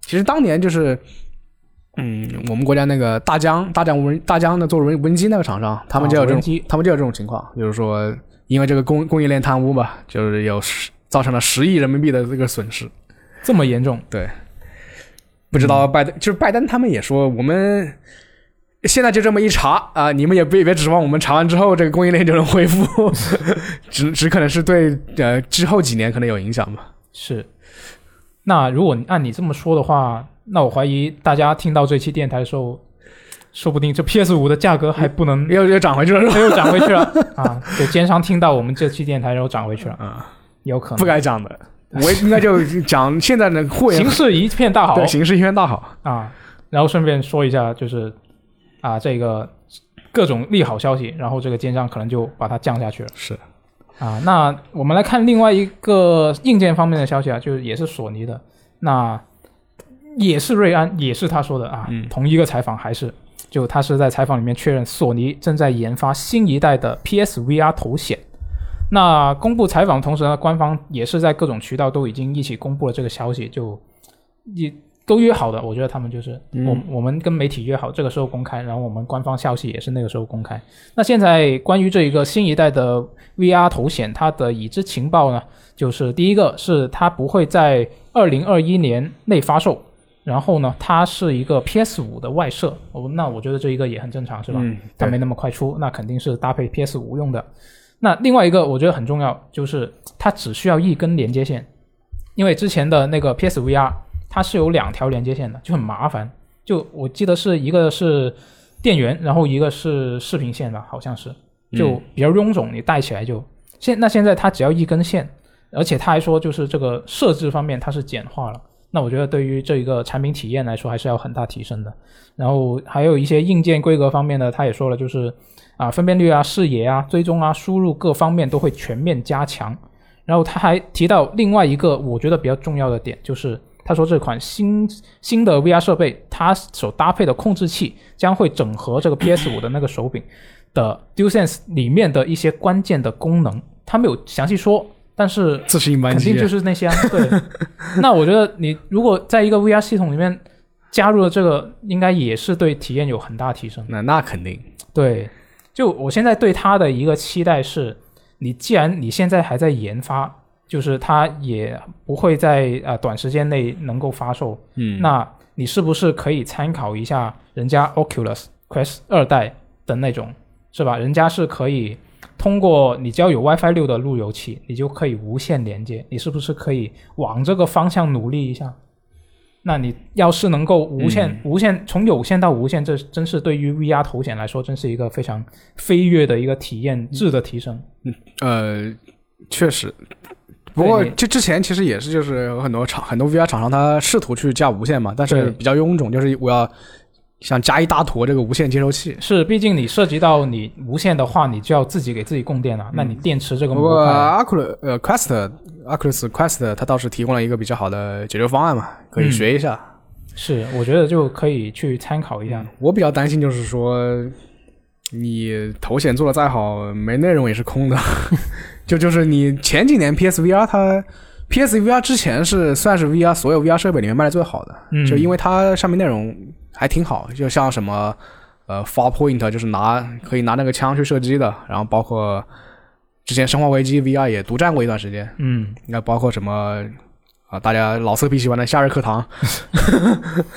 B: 其实当年就是，嗯，我们国家那个大疆大疆无人大疆的做无人无人机那个厂商，他们就有
A: 啊无
B: 这
A: 人
B: 种、
A: 机
B: 他们就有这种情况，就是说因为这个供供应链贪污吧，就是有十造成了十亿人民币的这个损失。
A: 这么严重，
B: 对，不知
A: 嗯
B: 道拜登、就是拜登他们也说，我们现在就这么一查啊、你们也别别指望我们查完之后这个供应链就能恢复， 只只可能是对呃之后几年可能有影响吧。
A: 是，那如果你按你这么说的话，那我怀疑大家听到这期电台的时候，说不定这 PS 五的价格还不能
B: 又又涨回去了是吧？
A: 又涨回去了啊！就奸商听到我们这期电台，然后涨回去了，
B: 啊、
A: 有可
B: 不
A: 能。
B: 该涨的，我应该就讲现在 的货源
A: 形势一片大好
B: 对形势一片大好。
A: 啊！然后顺便说一下，就是啊这个各种利好消息，然后这个奸商可能就把它降下去了。
B: 是
A: 啊，那我们来看另外一个硬件方面的消息啊，就是也是索尼的，那也是瑞安，也是他说的啊，
B: 嗯
A: 同一个采访还是就他是在采访里面确认索尼正在研发新一代的 PSVR 头显。那公布采访同时呢，官方也是在各种渠道都已经一起公布了这个消息，就也都约好的。我觉得他们就是、我我们跟媒体约好这个时候公开，然后我们官方消息也是那个时候公开。那现在关于这一个新一代的 VR 头显，它的已知情报呢，就是第一个是它不会在二零二一年内发售，然后呢，它是一个 PS 五的外设，哦，那我觉得这一个也很正常，是吧？
B: 嗯
A: 它
B: 对
A: 没那么快出，那肯定是搭配 PS 五用的。那另外一个我觉得很重要，就是它只需要一根连接线，因为之前的那个 PS VR 它是有两条连接线的，就很麻烦。就我记得是一个是电源，然后一个是视频线吧，好像是，就比较臃肿，你带起来就现那现在它只要一根线，而且他还说就是这个设置方面它是简化了。那我觉得对于这一个产品体验来说还是要很大提升的。然后还有一些硬件规格方面呢，他也说了，就是啊分辨率啊、视野啊、追踪啊、输入各方面都会全面加强。然后他还提到另外一个我觉得比较重要的点，就是他说这款新新的 VR 设备，它所搭配的控制器将会整合这个 PS 5的那个手柄的 DualSense 里面的一些关键的功能，他没有详细说，但是
B: 自适应扳
A: 肯
B: 机
A: 定就是那些啊。对，那我觉得你如果在一个 VR 系统里面加入了这个，应该也是对体验有很大提升。
B: 那那肯定
A: 对，就我现在对它的一个期待是，你既然你现在还在研发，就是它也不会在呃短时间内能够发售，
B: 嗯
A: 那你是不是可以参考一下人家 Oculus Quest 二代的那种，是吧？人家是可以通过你只要有 WiFi 六的路由器，你就可以无线连接，你是不是可以往这个方向努力一下？那你要是能够无限、
B: 嗯
A: 无限从有线到无线，这真是对于 VR 头显来说，真是一个非常飞跃的一个体验
B: 嗯
A: 质的提升。
B: 呃，确实。不过
A: 对你
B: 这之前其实也是，就是有很多厂很多 VR 厂商它试图去加无线嘛，但
A: 对
B: 是比较臃肿，就是我要想加一大坨这个无线接收器。
A: 是，毕竟你涉及到你无线的话，你就要自己给自己供电了。
B: 嗯
A: 那你电池这个
B: 不
A: 模
B: 过
A: 块，
B: Oculus 呃 Quest Oculus Quest 它倒是提供了一个比较好的解决方案嘛，可
A: 嗯
B: 以学一下。
A: 是，我觉得就可以去参考一下。
B: 我比较担心就是说，你头显做的再好，没内容也是空的。 就就是你前几年 PSVR 它 PSVR 之前是算是 VR 所有 VR 设备里面卖的最好的，
A: 嗯
B: 就因为它上面内容还挺好，就像什么呃 Far Point 就是拿可以拿那个枪去射击的，然后包括之前《生化危机》VR 也独占过一段时间，
A: 嗯
B: 那包括什么。啊，大家老色批喜欢的《夏日课堂》，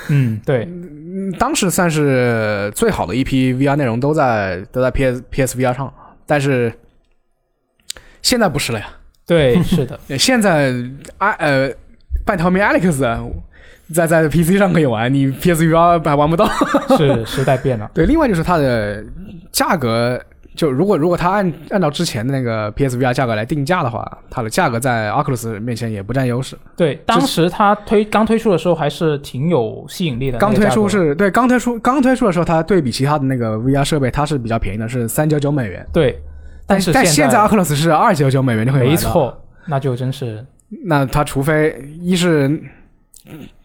A: 嗯， 对，
B: 嗯，当时算是最好的一批 VR 内容都在都在 PS PSVR 上，但是现在不是了呀。
A: 对，是的，
B: 现在啊呃，半条命 Alex 在在 PC 上可以玩，你 PSVR 还玩不到。
A: 是时代变了。
B: 对，另外就是它的价格，就如果如果它按按照之前的那个 PSVR 价格来定价的话，它的价格在 Oculus 面前也不占优势。
A: 对，当时它推刚推出的时候还是挺有吸引力的。
B: 刚
A: 那个
B: 推
A: 价
B: 出
A: 格
B: 是对刚推出刚推出的时候，它对比其他的那个 VR 设备，它是比较便宜的，是三九九美元。
A: 对，但是
B: 但
A: 现
B: 现在 Oculus 是二九九美元就可以买到
A: 没，错，那就真是
B: 那它除非一是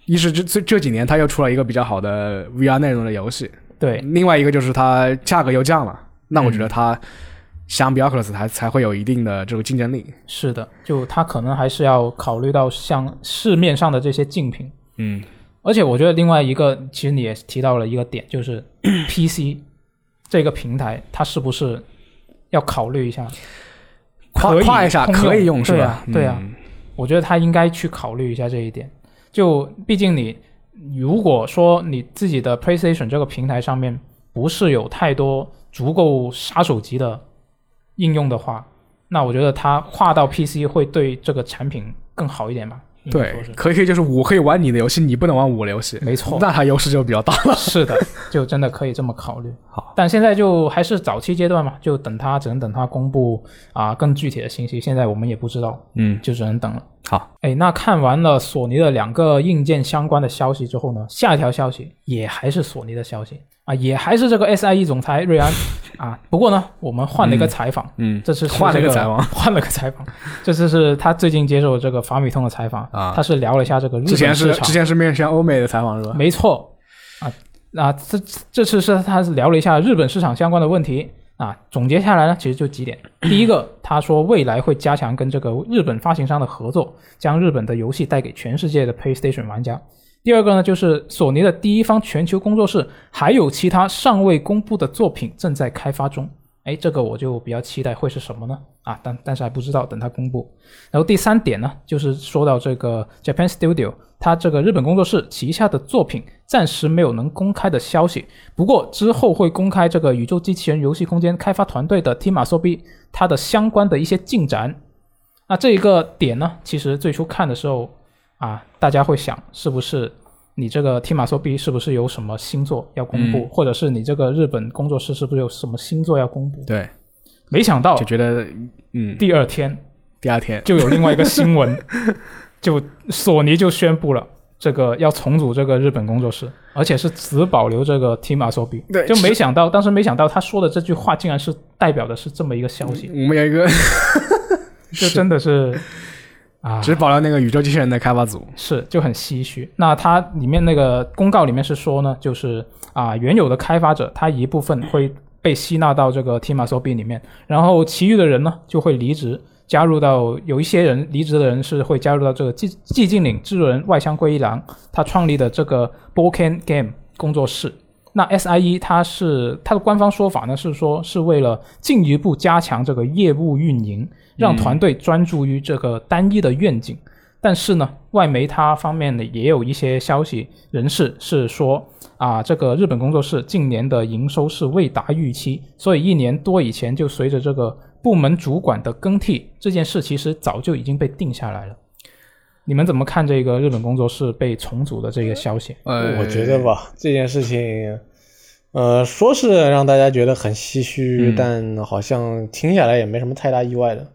B: 一是这这这几年它又出了一个比较好的 VR 内容的游戏，
A: 对，嗯
B: 另外一个就是它价格又降了，那我觉得它相比 Oculus 还才会有一定的这种竞争力。
A: 是的，就它可能还是要考虑到像市面上的这些竞品。
B: 嗯，
A: 而且我觉得另外一个，其实你也提到了一个点，就是 PC 这个平台，它是不是要考虑一下？
B: 夸
A: 可以
B: 夸一下
A: 通
B: 可以用是
A: 对
B: 吧
A: 啊？，对啊，
B: 嗯
A: 我觉得他应该去考虑一下这一点。就毕竟你如果说你自己的 PlayStation 这个平台上面不是有太多足够杀手级的应用的话，那我觉得它跨到 PC 会对这个产品更好一点吧。应该说
B: 对
A: 是，
B: 可以就是我可以玩你的游戏，你不能玩我的游戏，
A: 没错，
B: 那它优势就比较大。
A: 是的，就真的可以这么考虑。
B: 好，
A: 但现在就还是早期阶段嘛，就等它只能等它公布啊、更具体的信息。现在我们也不知道，
B: 嗯，
A: 就只能等了。
B: 好，
A: 哎，那看完了索尼的两个硬件相关的消息之后呢，下一条消息也还是索尼的消息啊，也还是这个 SIE 总裁瑞 安啊。不过呢，我们换了一个采访，
B: 嗯
A: 这次是
B: 换了一
A: 这
B: 个
A: 个
B: 采访，
A: 换了个采访，这次是他最近接受这个法米通的采访
B: 啊
A: 他是聊了一下这个日
B: 之前
A: 本市
B: 是
A: 场
B: 之，前是面向欧美的采访是吧？
A: 没错啊啊，这这次是他是聊了一下日本市场相关的问题啊。总结下来呢，其实就几点：第一个，他说未来会加强跟这个日本发行商的合作，将日本的游戏带给全世界的 PlayStation 玩家。第二个呢，就是索尼的第一方全球工作室还有其他尚未公布的作品正在开发中。哎，这个我就比较期待会是什么呢？啊，但但是还不知道，等它公布。然后第三点呢，就是说到这个 Japan Studio，它这个日本工作室旗下的作品暂时没有能公开的消息，不过之后会公开这个《宇宙机器人游戏空间》开发团队的 Team Asobi 它的相关的一些进展。那这一个点呢，其实最初看的时候啊，大家会想是不是你这个 Team Asobi 是不是有什么新作要公布，
B: 嗯
A: 或者是你这个日本工作室是不是有什么新作要公布？
B: 对，
A: 没想到
B: 就觉得嗯，
A: 第二天
B: 第二天
A: 就有另外一个新闻， 就索尼就宣布了。这个要重组这个日本工作室，而且是只保留这个 Team Asobi，
B: 对
A: 就是没想到，当时没想到他说的这句话竟然是代表的是这么一个消息，
B: 我们有一个
A: 就真的嗯是啊，
B: 只保留那个宇宙机器人的开发组，
A: 是就很唏嘘。那它里面那个公告里面是说呢，就是啊，原有的开发者他一部分会被吸纳到这个 Team Asobi 里面，然后其余的人呢就会离职，加入到有一些人离职的人是会加入到这个寂寂静岭制作人外乡圭一郎他创立的这个 Boken Game 工作室。那 SIE 它是它的官方说法呢是说是为了进一步加强这个业务运营，让团队专注于这个单一的愿景。但是呢，外媒它方面呢也有一些消息人士是说啊，这个日本工作室近年的营收是未达预期，所以一年多以前就随着这个部门主管的更替，这件事其实早就已经被定下来了。你们怎么看这个日本工作室被重组的这个消息？
B: 呃，
C: 我觉得吧，这件事情，呃，说是让大家觉得很唏嘘，但好像听下来也没什么太大意外的。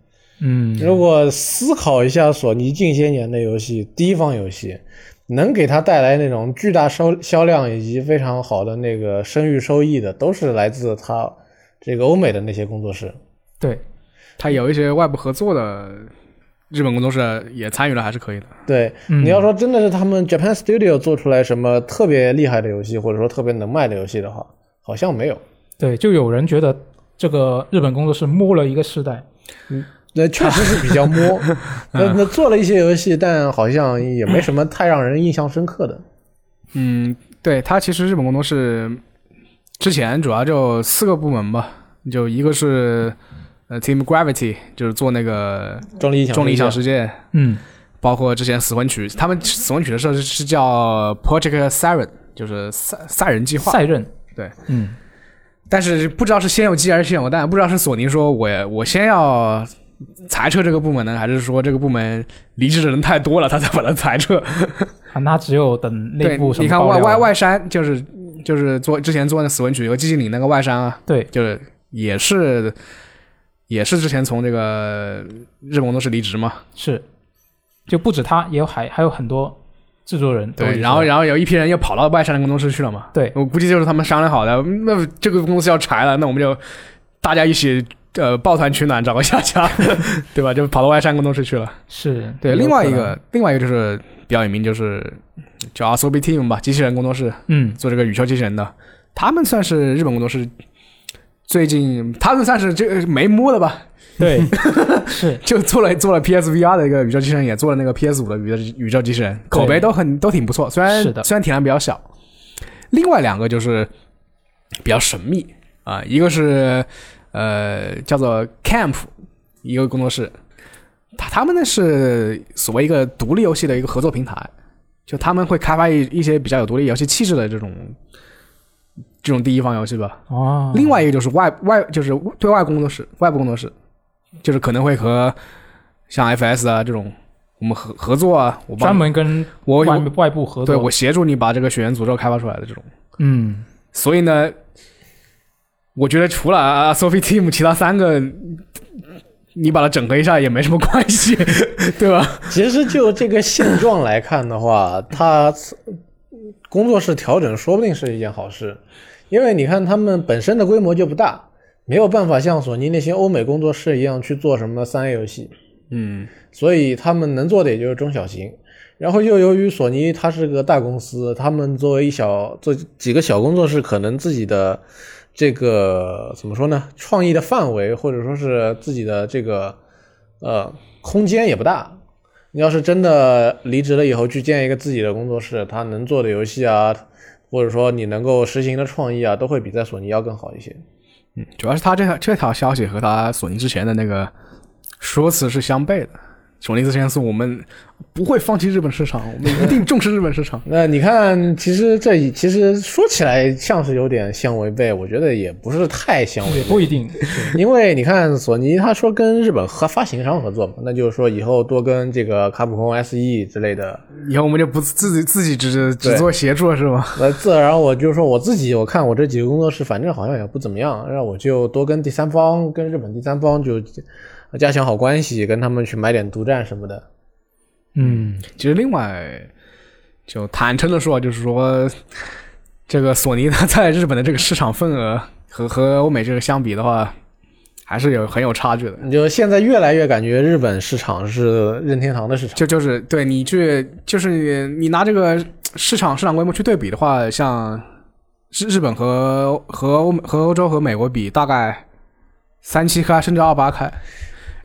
A: 嗯，
C: 如果思考一下索尼近些年的游戏，第一方游戏能给它带来那种巨大销销量以及非常好的那个声誉收益的，都是来自它这个欧美的那些工作室。
A: 对，
B: 他有一些外部合作的日本工作室也参与了，还是可以的。
C: 对，
A: 嗯
C: 你要说真的是他们 Japan Studio 做出来什么特别厉害的游戏，或者说特别能卖的游戏的话，好像没有。
A: 对，就有人觉得这个日本工作室摸了一个世代，
C: 那确实是比较 摸，那那做了一些游戏，但好像也没什么太让人印象深刻的。
B: 嗯，对他其实日本工作室之前主要就四个部门吧，就一个是呃 Team Gravity，就是做那个
C: 重力异想，
B: 重力异想，世界，
A: 嗯，
B: 包括之前死魂曲，他们死魂曲的时候是是叫 Project Siren，就是赛赛人计划。
A: 赛任，
B: 对，
A: 嗯，
B: 但是不知道是先有鸡还是先有蛋，不知道是索尼说我我先要裁撤这个部门呢，还是说这个部门离职的人太多了，他才把它裁撤？
A: 啊， 那只有等内
B: 对
A: 部，什
B: 你
A: 么
B: 看
A: 爆
B: 外
A: 料
B: 外
A: 了
B: 外山就是就是做之前做那死魂曲和寂静岭那个外山啊，
A: 对，
B: 就是也是也是之前从这个日本公司离职嘛，
A: 是，就不止他，也有还还有很多制作人都离
B: 对，
A: 职
B: 然后
A: 了
B: 然后有一批人又跑到外山的工作室去了嘛，
A: 对
B: 我估计就是他们商量好的，嗯那这个公司要裁了，那我们就大家一起呃抱团取暖，找个下家， 对吧？就跑到外山工作室去了。
A: 是
B: 对，
A: 有
B: 另外
A: 可
B: 一
A: 能
B: 个另外一个就是比较有名就是叫 Asobi Team 吧，机器人工作室
A: 嗯
B: 做这个宇宙机器人的，他们算是日本工作室。最近他们算是这个没摸的吧，
A: 对是
B: 就做了做了 PSVR 的一个宇宙机器人，也做了那个 PS 五的宇宙宇宙机器人，口碑都很都挺不错，虽然
A: 是的
B: 虽然体量比较小。另外两个就是比较神秘啊，一个是呃叫做 Camp 一个工作室，他他们呢是所谓一个独立游戏的一个合作平台，就他们会开发一一些比较有独立游戏气质的这种这种第一方游戏吧。
A: 哦，
B: 另外一个就是外外就是对外工作室，外部工作室，就是可能会和像 FS 啊这种我们合合作啊，我帮
A: 专
B: 你
A: 门跟
B: 我
A: 外
B: 我
A: 外部合
B: 对
A: 作，
B: 我协助你把这个《血源诅咒》开发出来的这种。
A: 嗯
B: 所以呢，我觉得除了啊 Sophie Team 其他三个，你把它整合一下也没什么关系， 对吧？
C: 其实就这个现状来看的话，它工作室调整说不定是一件好事，因为你看他们本身的规模就不大，没有办法像索尼那些欧美工作室一样去做什么三 A 游戏，
B: 嗯，
C: 所以他们能做的也就是中小型。然后又由于索尼它是个大公司，他们作为一小做几个小工作室，可能自己的这个怎么说呢？创意的范围或者说是自己的这个呃空间也不大。你要是真的离职了以后去建一个自己的工作室，他能做的游戏啊，或者说你能够实行的创意啊，都会比在索尼要更好一些。。
B: 嗯主要是他这条这条消息和他索尼之前的那个说辞是相悖的。索尼之前是我们不会放弃日本市场，我们一定重视日本市场
C: 那你看，其实这其实说起来像是有点相违背，我觉得也不是太相违背
A: 也不一定。
C: 因为你看，索尼他说跟日本合发行商合作嘛，那就是说以后多跟这个卡普空 SE 之类的，
B: 以后我们就不自己自己只只做协助了是吧？
C: 那自然我就说我自己，我看我这几个工作室反正好像也不怎么样，让我就多跟第三方、跟日本第三方就加强好关系，跟他们去买点独占什么的。
A: 嗯，
B: 其实另外，就坦诚的说，就是说，这个索尼它在日本的这个市场份额和和欧美这个相比的话，还是有很有差距的。
C: 你就现在越来越感觉日本市场是任天堂的市场，
B: 就就是对你去，就是你拿这个市场市场规模去对比的话，像日日本和和欧和欧洲和美国比，大概三七开甚至二八开，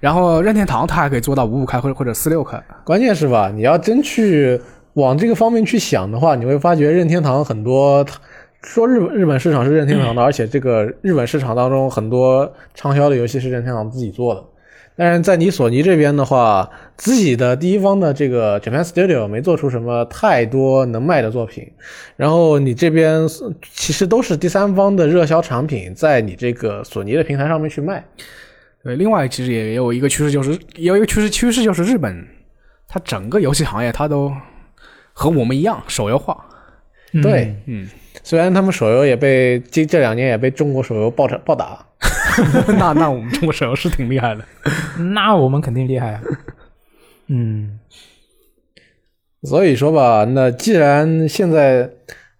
B: 然后任天堂它还可以做到五五开或者或者四六开。
C: 关键是吧，你要真去往这个方面去想的话，你会发觉任天堂很多，它说日本日本市场是任天堂的，而且这个日本市场当中很多畅销的游戏是任天堂自己做的。但是在你索尼这边的话，自己的第一方的这个 Japan Studio 没做出什么太多能卖的作品，然后你这边其实都是第三方的热销产品在你这个索尼的平台上面去卖，
B: 对，另外其实也有一个趋势，就是也有一个趋势，趋势就是日本它整个游戏行业它都和我们一样手游化。
A: 嗯
C: 对，
B: 嗯，
C: 虽然他们手游也被这这两年也被中国手游暴打暴打，
B: 那那我们中国手游是挺厉害的。
A: 嗯那我们肯定厉害啊。嗯，
C: 所以说吧，那既然现在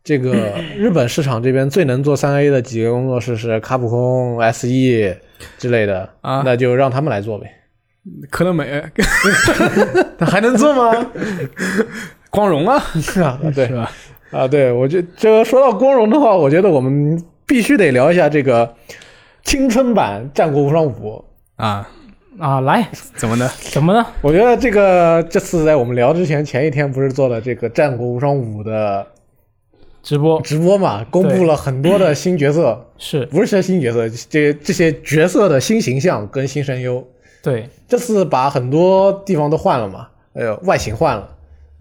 C: 这个日本市场这边最能做三 A 的几个工作室是卡普空、SE 之类的，
B: 啊
C: 那就让他们来做呗。
B: 科乐美、
C: 那还能做吗？
B: 光荣啊，
C: 啊，对
B: 是吧？
C: 啊，对，我觉这个说到光荣的话，我觉得我们必须得聊一下这个青春版《战国无双五》。
B: 啊，
A: 啊，来，
B: 怎么的？
A: 怎么呢？
C: 我觉得这个这次在我们聊之前，前一天不是做了这个《战国无双五》的
A: 直播
C: 直播嘛，公布了很多的新角色。
A: 是
C: 不是些新角色，这这些角色的新形象跟新声优，
A: 对，
C: 这次把很多地方都换了嘛，呃，外形换了，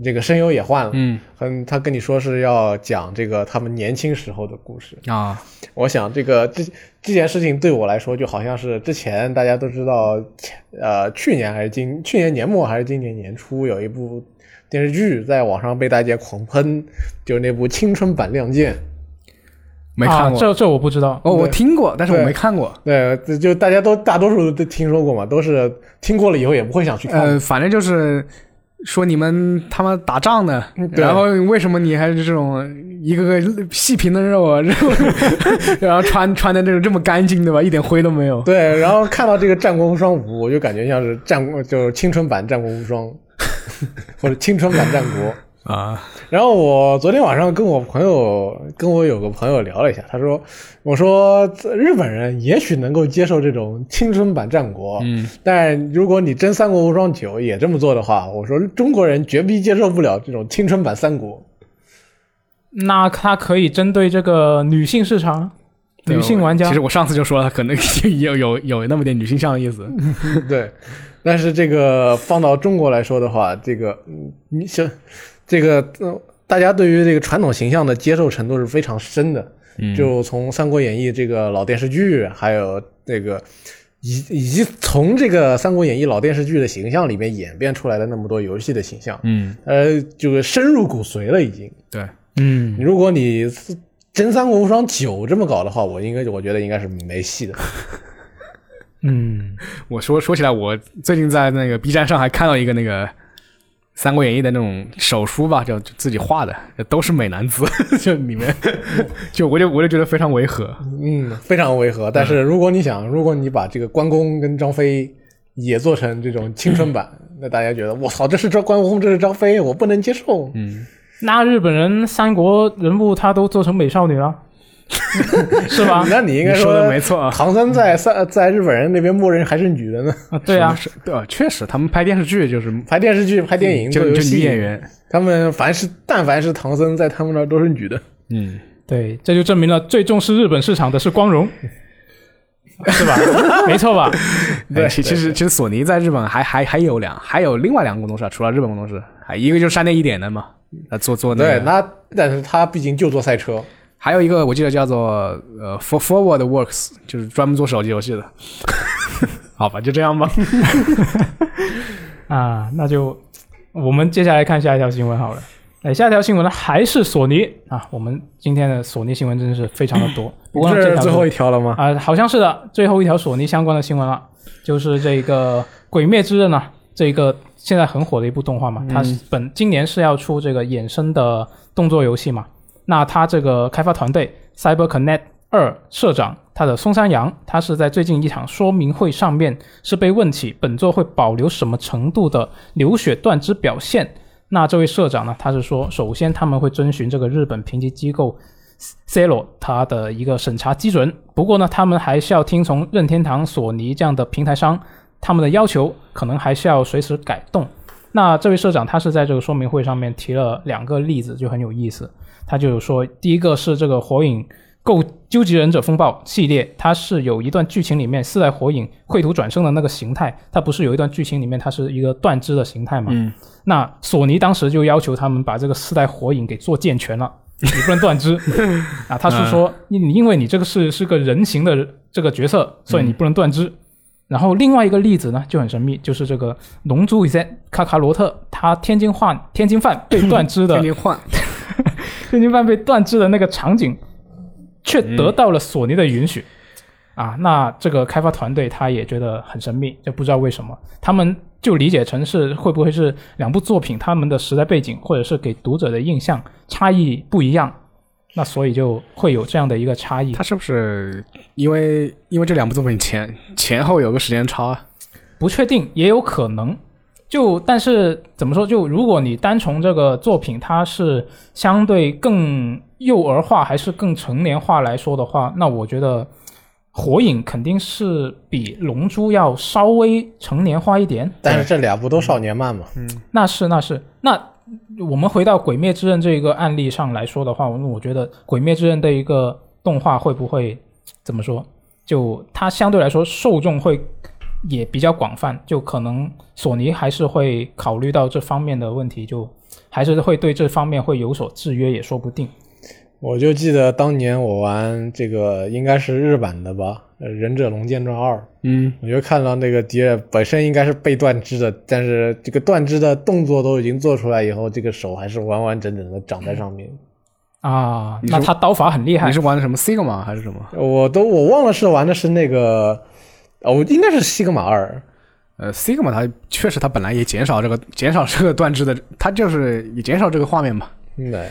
C: 这个声优也换了，
B: 嗯
C: 很他跟你说是要讲这个他们年轻时候的故事。
B: 啊，
C: 我想这个这这件事情对我来说，就好像是之前大家都知道，前呃，去年还是今去年年末还是今年年初，有一部电视剧在网上被大家狂喷，就是那部青春版《亮剑》。
B: 没看
A: 啊、
B: 过。
A: 这这我不知道。
B: 哦，我听过，但是我
C: 对
B: 没看过。
C: 对，这就大家都大多数都听说过嘛，都是听过了以后也不会想去看。
B: 呃，反正就是说你们他妈打仗呢，
C: 对
B: 然后为什么你还是这种一个个细皮嫩肉 啊，然后然后穿穿的这种这么干净对吧，一点灰都没有。
C: 对，然后看到这个《战国无双五》，我就感觉像是战国，就是青春版《战国无双》， 或者青春版《战国》。
B: 啊，
C: 然后我昨天晚上跟我朋友，跟我有个朋友聊了一下，他说，我说这日本人也许能够接受这种青春版战国，嗯，但如果你真三国无双九也这么做的话，我说中国人绝逼接受不了这种青春版三国。
A: 那它可以针对这个女性市场，女性玩家
B: 其实。我上次就说了，可能 有有有那么点女性向的意思。
C: 对，但是这个放到中国来说的话，这个嗯你想，这个、呃、大家对于这个传统形象的接受程度是非常深的。就从《三国演义》这个老电视剧，还有这个以以及从这个《三国演义》老电视剧的形象里面演变出来的那么多游戏的形象，
B: 嗯，
C: 呃，就是深入骨髓了已经。
B: 对，
A: 嗯，
C: 如果你是真《三国无双九》这么搞的话，我应该我觉得应该是没戏的。
A: 嗯，
B: 我说说起来，我最近在那个 B 站上还看到一个那个《三国演义》的那种手书吧，就就自己画的，都是美男子， 就里面，就我就我就觉得非常违和。
C: 嗯，非常违和。但是如果你想，如果你把这个关公跟张飞也做成这种青春版，
B: 嗯
C: 那大家觉得我操，这是张关公，这是张飞，我不能接受。
B: 嗯，
A: 那日本人三国人物他都做成美少女了，是吧？
C: 那你应
B: 你
C: 该
B: 说的没错啊，
C: 唐僧在三 在日本人那边默认还是女 的呢。
A: 啊对啊，
B: 是对啊，确实他们拍电视剧就是
C: 拍电视剧、拍电影都
B: 就
C: 有
B: 就
C: 戏
B: 女演，员，
C: 他们凡是但凡是唐僧，在他们那儿都是女的。
B: 嗯，
A: 对，这就证明了最重视日本市场的是光荣，是吧？没错吧？
B: 对，其其实其实索尼在日本还还还有两还有另外两个工作室啊，除了日本工作室，还一个就是山内一点的嘛，啊做做那
C: 对，
B: 个，
C: 那但是他毕竟就做赛车，
B: 还有一个我记得叫做呃 For Forward Works，就是专门做手机游戏的。 好吧，就这样吧。
A: 啊，那就我们接下来看下一条新闻好了。哎，下一条新闻呢还是索尼啊？我们今天的索尼新闻真是非常的多。不过呢
C: 这
A: 这
C: 是
A: 条
C: 最后
A: 是
C: 一条了吗？
A: 啊、好像是的，最后一条索尼相关的新闻了，就是这个《鬼灭之刃》啊，这个现在很火的一部动画嘛，它是本今年是要出这个衍生的动作游戏嘛。那它这个开发团队 Cyber Connect 二社长，他的松山洋，他是在最近一场说明会上面是被问起本作会保留什么程度的流血断肢表现。那这位社长呢，他是说，首先他们会遵循这个日本评级机构 Celo 它的一个审查基准。不过呢，他们还是要听从任天堂、索尼这样的平台商他们的要求，可能还是要随时改动。那这位社长他是在这个说明会上面提了两个例子，就很有意思。他就有说，第一个是这个《火影》。够究极忍者风暴系列，它是有一段剧情里面四代火影绘图转生的那个形态，它不是有一段剧情里面它是一个断肢的形态嘛？
B: 嗯，
A: 那索尼当时就要求他们把这个四代火影给做健全了，你不能断肢啊。他是说，你你因为你这个是是个人形的这个角色，所以你不能断肢。然后另外一个例子呢就很神秘，就是这个《龙珠》以前卡卡罗特他天津话天津饭被断肢的
B: 天津换，
A: 天津饭被断肢的那个场景，却得到了索尼的允许。啊，那这个开发团队他也觉得很神秘，就不知道为什么，他们就理解成是会不会是两部作品他们的时代背景或者是给读者的印象差异不一样，那所以就会有这样的一个差异
B: 他。是不是因为因为这两部作品前前后有个时间差啊？
A: 不确定，也有可能。就但是怎么说？就如果你单从这个作品它是相对更幼儿化还是更成年化来说的话，那我觉得《火影》肯定是比《龙珠》要稍微成年化一点。
C: 但是这俩不都少年漫嘛？
A: 那是那是那。我们回到《鬼灭之刃》这一个案例上来说的话，我我觉得《鬼灭之刃》的一个动画会不会怎么说？就它相对来说受众会也比较广泛，就可能索尼还是会考虑到这方面的问题，就还是会对这方面会有所制约，也说不定。
C: 我就记得当年我玩这个应该是日版的吧，呃《忍者龙剑传二》，
B: 嗯，
C: 我就看到那个敌人本身应该是被断肢的，但是这个断肢的动作都已经做出来以后，这个手还是完完整整的长在上面。
A: 啊，
B: 你
A: 那
B: 是
A: 他刀法很厉害
B: 你是玩的什么 Sigma 还是什么？
C: 我都我忘了是玩的是那个，哦，我应该是西格玛二，
B: 呃，Sigma 它确实它本来也减少这个减少这个断肢的，它就是也减少这个画面嘛。
C: 嗯对，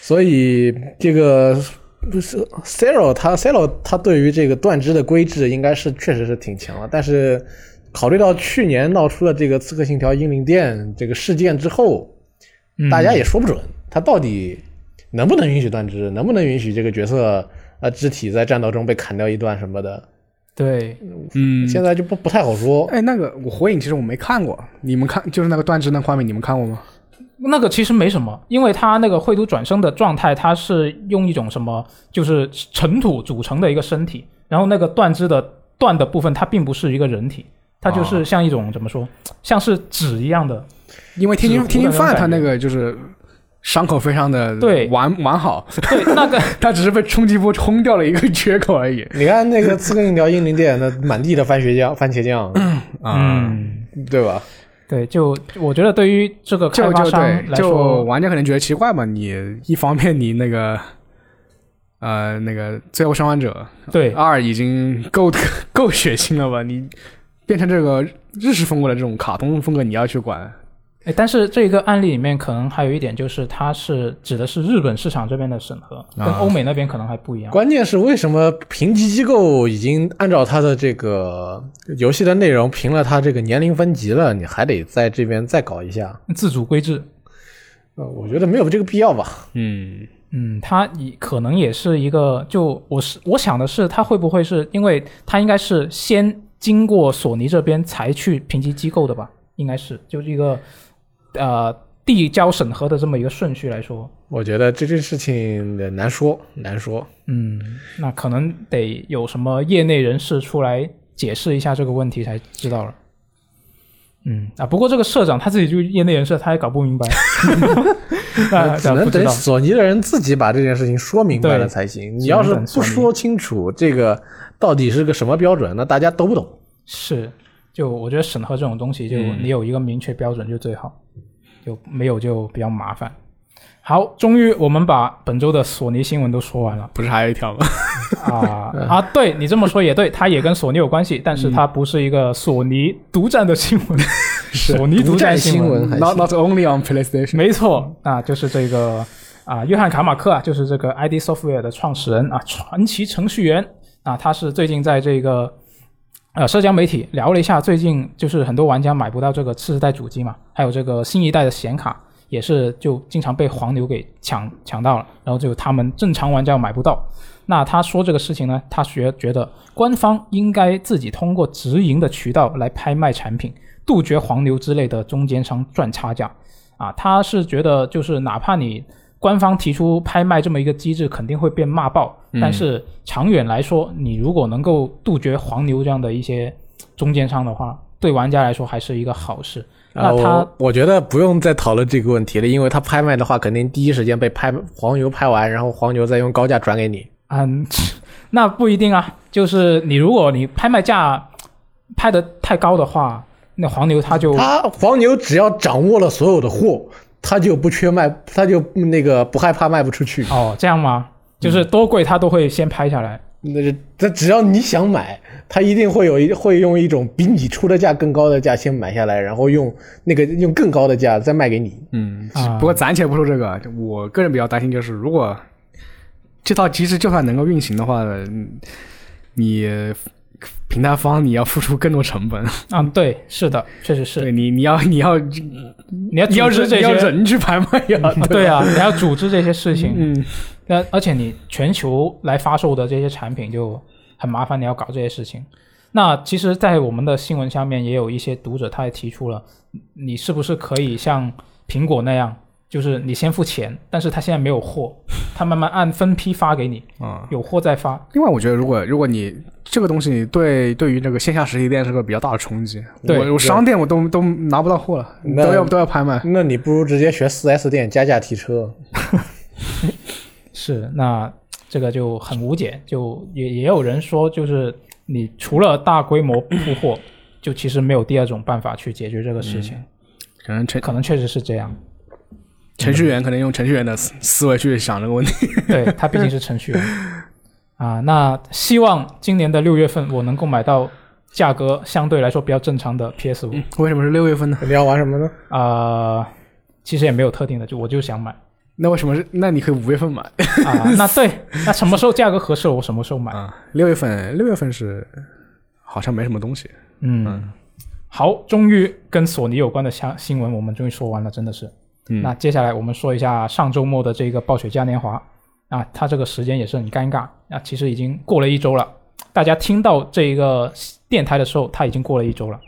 C: 所以这个不是 Cero 他 Cero 他对于这个断肢的规制应该是确实是挺强的，但是考虑到去年闹出了这个《刺客信条：英灵殿》这个事件之后，大家也说不准他到底能不能允许断肢，能不能允许这个角色呃肢体在战斗中被砍掉一段什么的，
A: 对，
B: 嗯，
C: 现在就不不太好说。
B: 哎，那个我火影其实我没看过，你们看就是那个断肢那画面，你们看过吗？
A: 那个其实没什么，因为它那个绘图转生的状态，它是用一种什么，就是尘土组成的一个身体，然后那个断肢的断的部分，它并不是一个人体，它就是像一种、怎么说，像是纸一样的。
B: 因为天津
A: 纸糊的
B: 天津饭
A: 那种
B: 它
A: 感觉
B: 那个就是伤口非常的
A: 对
B: 完完好，
A: 对，那个
B: 它只是被冲击波冲掉了一个缺口而已。
C: 你看那个《刺客信条：英灵殿》，那满地的番茄酱，番茄酱，
A: 嗯，
C: 对吧？
A: 对，就我觉得对于这个开
B: 就
A: 发
B: 就
A: 商
B: 对，
A: 来
B: 就
A: 说，
B: 玩家可能觉得奇怪嘛，你一方面你那个。 呃，那个《最后生还者
A: 对
B: 二》已经够 够血腥了吧？你变成这个日式风格的这种卡通风格，你要去管，
A: 哎，但是这个案例里面可能还有一点，就是它是指的是日本市场这边的审核，跟欧美那边可能还不一样。
C: 关键是为什么评级机构已经按照它的这个游戏的内容评了它这个年龄分级了，你还得在这边再搞一下？
A: 自主规制，
C: 呃，我觉得没有这个必要吧。
B: 嗯，
A: 嗯，它也可能也是一个，就我是我想的是，它会不会是因为它应该是先经过索尼这边才去评级机构的吧？应该是，就是一个呃递交审核的这么一个顺序来说，
C: 我觉得这件事情呃难说，难说。
A: 嗯，那可能得有什么业内人士出来解释一下这个问题才知道了。嗯啊，不过这个社长他自己就是业内人士，他也搞不 明白，那
C: 只
A: 那
C: 能
A: 啊不知
C: 等
A: 道。
C: 索尼的人自己把这件事情说明白了才行。你要是
A: 只能等
C: 不
A: 索尼
C: 说清楚这个到底是个什么标准，那大家都不懂。
A: 是，就我觉得审核这种东西，就你有一个明确标准就最好，就没有就比较麻烦。好，终于我们把本周的索尼新闻都说完了
B: 不是还有 一条吗？
A: 啊啊！对你这么说也对，它也跟索尼有关系，但是它不是一个索尼独占的新闻，索尼
C: 独占
A: 占
C: 新闻
A: 闻。
C: 还
B: not not only on PlayStation。
A: 没错，啊，就是这个啊，约翰卡马克啊，就是这个 ID Software 的创始人啊，传奇程序员啊，他是最近在这个呃社交媒体聊了一下，最近就是很多玩家买不到这个次世代主机嘛，还有这个新一代的显卡也是就经常被黄牛给抢抢到了，然后就他们正常玩家买不到。那他说这个事情呢，他觉觉得官方应该自己通过直营的渠道来拍卖产品，杜绝黄牛之类的中间商赚差价。啊，他是觉得就是哪怕你官方提出拍卖这么一个机制，肯定会被骂爆，
B: 嗯
A: 但是长远来说，你如果能够杜绝黄牛这样的一些中间商的话，对玩家来说还是一个好事。
C: 啊
A: 那他
C: 我我觉得不用再讨论这个问题了，因为他拍卖的话，肯定第一时间被拍黄牛拍完，然后黄牛再用高价转给你。
A: 嗯， 那不一定啊，就是你如果你拍卖价拍的太高的话，那黄牛他就
C: 他黄牛只要掌握了所有的货，他就不缺卖，他就那个不害怕卖不出去。
A: 哦这样吗？
B: 嗯
A: 就是多贵他都会先拍下来。
C: 那是他只要你想买，他一定会有一会用一种比你出的价更高的价先买下来，然后用那个用更高的价再卖给你。
B: 嗯
A: 啊，
B: 不过暂且不说这个，我个人比较担心就是，如果这套机制就算能够运行的话，嗯你 平台方你要付出更多成本，
A: 嗯，对，是的，确实是
B: 对。你你要你要
A: 你要
B: 你要
A: 组织
B: 人
A: 这
B: 你
A: 些
B: 要嗯人去拍卖呀，
A: 啊对啊，你要组织这些事情，
B: 嗯，
A: 那而且你全球来发售的这些产品就很麻烦，你要搞这些事情。那其实，在我们的新闻下面也有一些读者，他也提出了，你是不是可以像苹果那样，就是你先付钱，但是他现在没有 货，他慢慢按分批发给你，
B: 啊。
A: 有货再发。
B: 另外，我觉得如果如果你这个东西对对于这个线下实体店是个比较大的冲击，
A: 对
B: 我我商店我都都拿不到货了，
C: 那
B: 都要都要拍卖。
C: 那你不如直接学 4S 店加价提车。
A: 是，那这个就很无解，就也也有人说，就是你除了大规模铺货，就其实没有第二种办法去解决这个事情，
B: 可能程
A: 可能确实是这样。
B: 程序员可能用程序员的思思维去想这个问题。
A: 对他毕竟是程序员啊。那希望今年的六月份我能够买到价格相对来说比较正常的 PS 五、
B: 为什么是六月份呢？
C: 你要玩什么呢？
A: 啊。其实也没有特定的，就我就想买
B: 那为什么是？那你可以五月份买
A: 啊。那对，那什么时候价格合适，我什么时候买。
B: 啊？六月份，六月份是好像没什么东西。
A: 嗯，好，终于跟索尼有关的相新闻我们终于说完了，真的是。
B: 嗯
A: 那接下来我们说一下上周末的这个暴雪嘉年华啊，它这个时间也是很尴尬啊，其实已经过了一周了。大家听到这一个电台的时候，它已经过了一周了。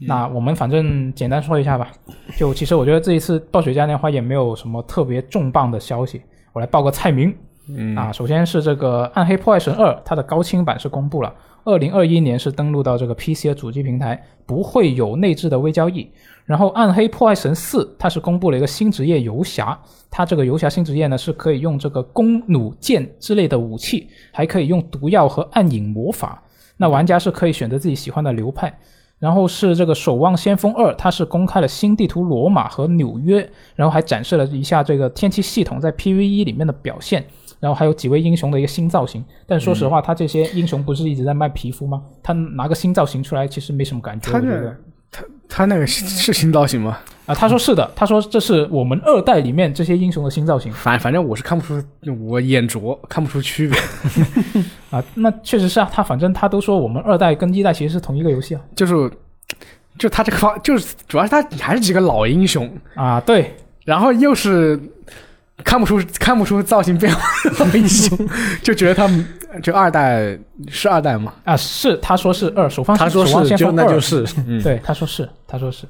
A: 那我们反正简单说一下吧，就其实我觉得这一次暴雪嘉年华也没有什么特别重磅的消息，我来报个菜名。
B: 嗯
A: 啊，首先是这个《暗黑破坏神二》，它的高清版是公布了，二零二一年是登陆到这个 PC 的主机平台，不会有内置的微交易。然后《暗黑破坏神四》它是公布了一个新职业游侠，它这个游侠新职业呢是可以用这个弓弩箭之类的武器，还可以用毒药和暗影魔法。那玩家是可以选择自己喜欢的流派。然后是这个《守望先锋二》，它是公开了新地图罗马和纽约，然后还展示了一下这个天气系统在 PVE 里面的表现，然后还有几位英雄的一个新造型。但说实话，它这些英雄不是一直在卖皮肤吗？它拿个新造型出来，其实没什么感觉。
B: 他
A: 我觉
B: 那
A: 得
B: 他他那个是是新造型吗？
A: 啊，他说是的，他说这是我们二代里面这些英雄的新造型
B: 反反正我是看不出，我眼拙看不出区别。
A: 啊，那确实是啊，他反正他都说我们二代跟一代其实是同一个游戏啊，
B: 就是，就他这个方，就是主要是他还是几个老英雄，
A: 啊，对，
B: 然后又是看不出看不出造型变化的老英雄，就觉得他们就二代是二代嘛，
A: 啊是他说是二首方，
C: 他说
A: 守望
C: 是
A: 先
C: 就
A: 锋
C: 那
A: 二
C: 就是，
B: 嗯
A: 对，他说是，他说是。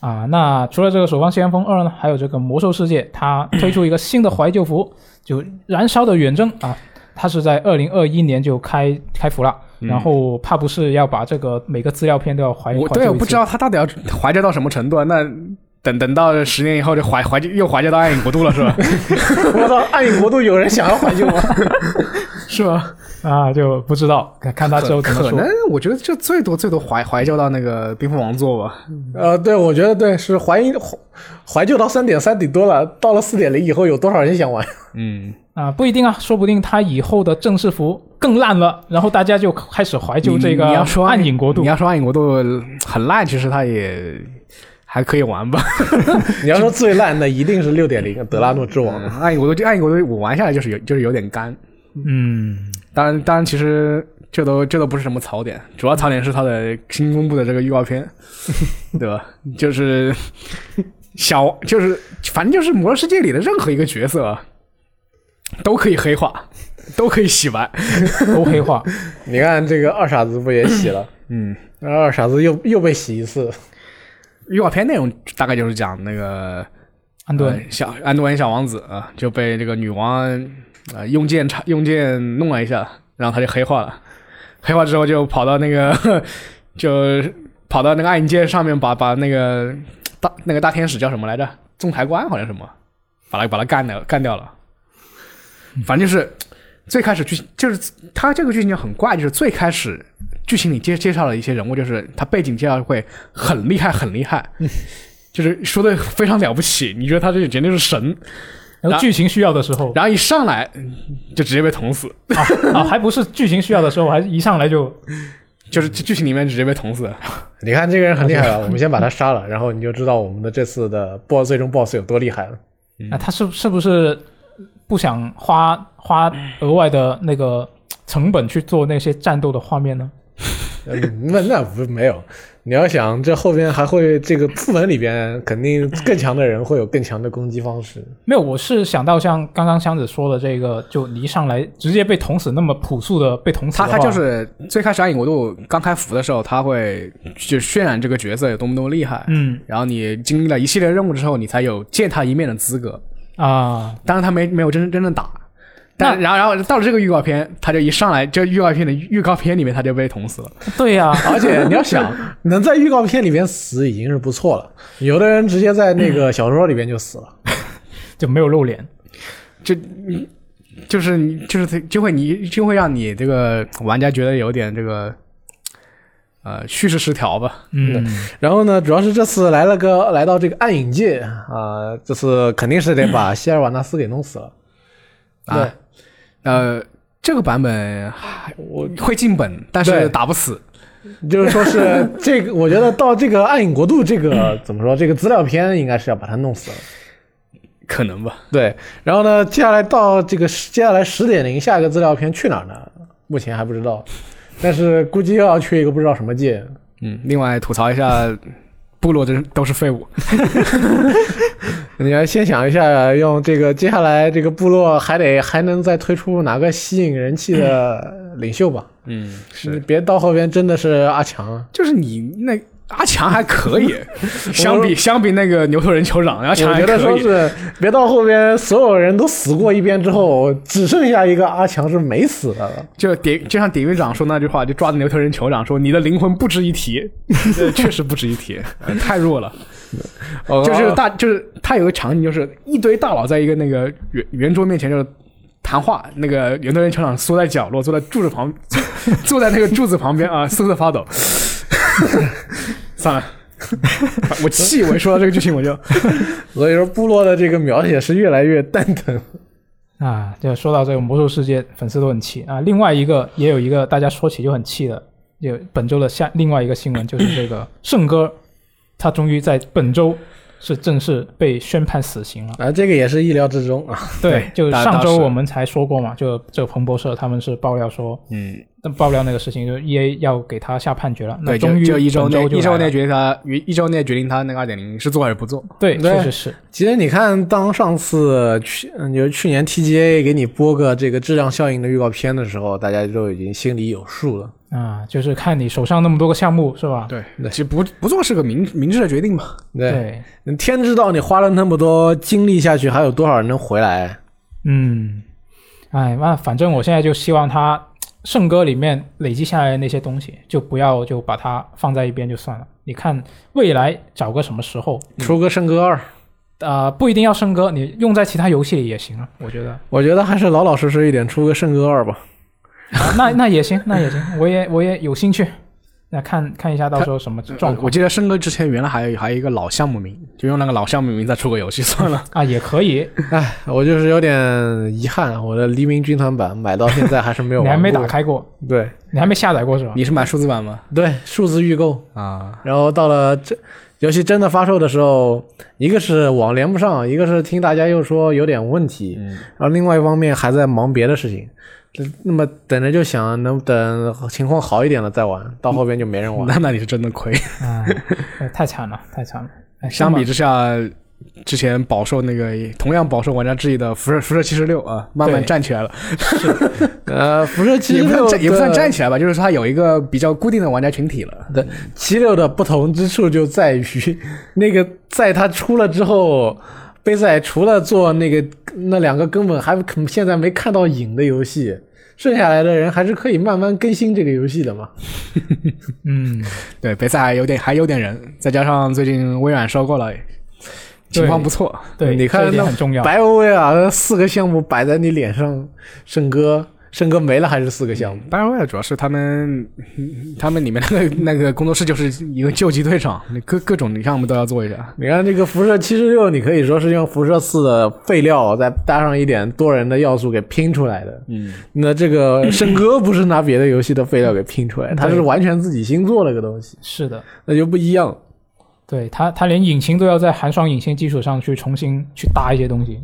A: 啊，那除了这个《守望先锋二》呢，还有这个《魔兽世界》，它推出一个新的怀旧服，就燃烧的远征啊，它是在二零二一年就开开服了。然后怕不是要把这个每个资料片都要怀
B: 嗯我
A: 怀
B: 对，
A: 旧
B: 我
A: 一
B: 不知
A: 次
B: 道他到底要怀旧到什么程度啊。那等等到十年以后就怀怀旧又怀旧到暗影国度了，是吧？
C: 我操，暗影国度有人想要怀旧吗？
B: 是吧？
A: 啊，就不知道看看他之后怎么
B: 可
A: 说
B: 能我觉得这最多最多怀怀旧到那个冰封王座吧。
C: 呃，对，我觉得对，是怀疑怀怀旧到三点三顶多了，到了四点零以后，有多少人想玩？
B: 嗯，
A: 啊，不一定啊，说不定他以后的正式服更烂了，然后大家就开始怀旧这个
B: 你要说
A: 暗影国度
B: 你要说暗影国度很烂，其实它也还可以玩吧。
C: 你要说最烂，那一定是六点零德拉诺之王。
B: 嗯暗影国度就暗影国度，我玩下来就是有就是有点干。
A: 嗯，
B: 当然，当然，其实这都这都不是什么槽点，主要槽点是它的新公布的这个预告片，对吧？就是小，就是反正就是《魔兽世界》里的任何一个角色啊都可以黑化，都可以洗白。
A: 都黑 化。
C: 你看这个二傻子不也洗了？
B: 嗯，
C: 然后二傻子又又被洗一次，
B: 预告片内容大概就是讲那个
A: 安顿、
B: 呃小安东恩小王子啊、就被这个女王呃用剑插用剑弄了一下，然后他就黑化了，黑化之后就跑到那个 就跑到那个暗影界上面把把那个大那个大天使叫什么来着？仲裁官好像什么，把他把他干了干掉了。
A: 嗯
B: 反正就是最开始剧情就是他这个剧情就很怪，就是最开始剧情里介介绍了一些人物，就是他背景介绍会很厉害很厉害，就是说的非常了不起，你觉得他这简直就是神，
A: 然后剧情需要的时 候，
B: 然后一上来嗯就直接被捅死，
A: 啊啊，还不是剧情需要的时候，还一上来就
B: 就是剧情里面直接被捅死。
C: 你看这个人很厉害了，我们先把他杀了，然后你就知道我们的这次的 BOSS 最终 BOSS 有多厉害了。
B: 嗯
A: 啊，他是是不是不想花花额外的那个成本去做那些战斗的画面呢？
C: 嗯，那那不没有，你要想这后边还会这个副本里边肯定更强的人会有更强的攻击方式。
A: 没有，我是想到像刚刚箱子说的这个，就你一上来直接被捅死，那么朴素的被捅死
B: 他
A: 的
B: 他
A: 话
B: 就是最开始暗影国度刚开服的时候，他会就渲染这个角色有多么多么厉害，
A: 嗯
B: 然后你经历了一系列任务之后，你才有见他一面的资格。
A: 啊，
B: 当然他没没有真真正打，但然后然后到了这个预告片，他就一上来这预告片的预告片里面他就被捅死了。
A: 对 呀、
B: 啊
C: 而且你要想能在预告片里边死已经是不错了，有的人直接在那个小说里边就死了。
A: 就没有露脸。
B: 就你就是你就是就会你就会让你这个玩家觉得有点这个呃叙事失调吧。
A: 嗯，
C: 然后呢，主要是这次来了个来到这个暗影界啊、这次肯定是得把希尔瓦纳斯给弄死了。
B: 啊，呃，这个版本还
C: 我
B: 会进本，但是
C: 对
B: 打不死。
C: 就是说是这个，我觉得到这个暗影国度这个怎么说，这个资料片应该是要把它弄死了。
B: 可能吧，
C: 对，然后呢，接下来到这个接下来十点零下一个资料片去哪儿呢？目前还不知道，但是估计又要去一个不知道什么界。
B: 嗯。另外吐槽一下，部落真都是废物，
C: 你要先想一下，用这个接下来这个部落还得还能再推出哪个吸引人气的领袖吧？
B: 嗯，
C: 你别到后边真的是阿强啊，
B: 就是你那阿强还可 以，相比相比那个牛头人酋长，阿
C: 我
B: 强还
C: 觉得
B: 可
C: 说
B: 以。
C: 是别到后边所有人都死过一遍之后，只剩下一个阿强是没死的了。
B: 就典就像典狱长说那句话，就抓着牛头人酋长说：“你的灵魂不值一提。” 这确实不值一提，呃太弱了。就是大就是他有个场景，就是一堆大佬在一个那个圆圆桌面前就是谈话，那个圆头人酋长缩在角落，坐在柱子旁， 坐坐在那个柱子旁边啊，瑟瑟发抖。 算了，我气，我一说到这个剧情我就
C: 所以说部落的这个描写是越来越蛋疼。
A: 啊，就说到这个魔兽世界，粉丝都很气啊。另外一个也有一个大家说起就很气的， 有本周的下另外一个新闻就是这个圣哥，他终于在本周是正式被宣判死刑了。
C: 啊，这个也是意料之中啊。
A: 对，就
B: 当
A: 上
B: 当
A: 周
B: 时
A: 我们才说过嘛，就这个彭博社他们是爆料说，呃
B: 嗯，
A: 爆料那个事情，就是 E A 要给他下判决了。那
B: 对，
A: 终
B: 就
A: 于
B: 就一
A: 本周
B: 内
A: 就
B: 一周
A: 来
B: 内
A: 了
B: 决定他一一周内决定他那个二点零是做还是不做。
A: 对，
C: 对
A: 确实是
C: 其实你看，当上次去，嗯，就是去年 TGA 给你播个这个质量效应的预告片的时候，大家都已经心里有数了。
A: 啊，就是看你手上那么多个项目是吧？
B: 对，其实不不做是个明明智的决定嘛。
C: 对，天知道你花了那么多精力下去，还有多少人能回来？
A: 嗯，哎，那反正我现在就希望他圣歌里面累积下来的那些东西，就不要就把它放在一边就算了。你看未来找个什么时候，
B: 嗯
C: 出个圣歌二，
A: 啊，不一定要圣歌，你用在其他游戏里也行啊，我觉得。
C: 我觉得还是老老实实一点，出个圣歌二吧。
A: 啊 那那也行，那也行，我也我也有兴趣。那看看一下到时候什么状
C: 呃
B: 我
A: 况
B: 记得申哥之前原来还有还有一个老项目名，就用那个老项目名再出个游戏算了。
A: 啊，也可以。
C: 唉，我就是有点遗憾，我的黎明军团版买到现在还是没有 啊
A: 你还
C: 玩
A: 没
C: 过
A: 打。开过，
C: 对
A: 你还没下载过是吧？
B: 你是买数字版吗？
C: 对，数字预购，
B: 嗯啊，
C: 然后到了这游戏真的发售的时候，一个是网连不上，一个是听大家又说有点问题，
B: 嗯
C: 然后另外一方面还在忙别的事情。这那么等着就想能等情况好一点了再玩，到后边就没人
A: 嗯
C: 玩。
B: 那那你是真的亏。
A: 哎，哎太惨了，太惨了。哎
B: 相比
A: 是
B: 之下，之前饱受那个同样饱受玩家质疑的辐射辐射七十六啊，慢慢
A: 对
B: 站起来了，
C: 呃，辐射七
B: 也不算
C: 六
B: 站也不算
C: 的
B: 站起来吧，就是它有一个比较固定的玩家群体了。
C: 对，七六的不同之处就在于，那个在它出了之后，杯赛除了做那个那两个根本还现在没看到影的游戏，剩下来的人还是可以慢慢更新这个游戏的嘛。
A: 吧嗯，
B: 对，北赛还有点还有点人，再加上最近微软收购了，情况不错。
A: 对，
C: 你看
A: 这一点
C: 那
A: 很重要。
C: 白欧威尔四个项目摆在你脸上，圣哥，圣哥没了还是四个项目？
B: BioWare 主要是他们， 嗯他们里面那个那个工作室就是一个救济队长，各各种项目都要做一下。
C: 你看这个辐射七十六，你可以说是用辐射四的废料，再搭上一点多人的要素给拼出来的。
B: 嗯，
C: 那这个圣歌不是拿别的游戏的废料给拼 出来，它是完全自己新做了个东西，
A: 是的，
C: 那就不一样。
A: 对他，他连引擎都要在寒霜引擎基础上去重新去搭一些东西，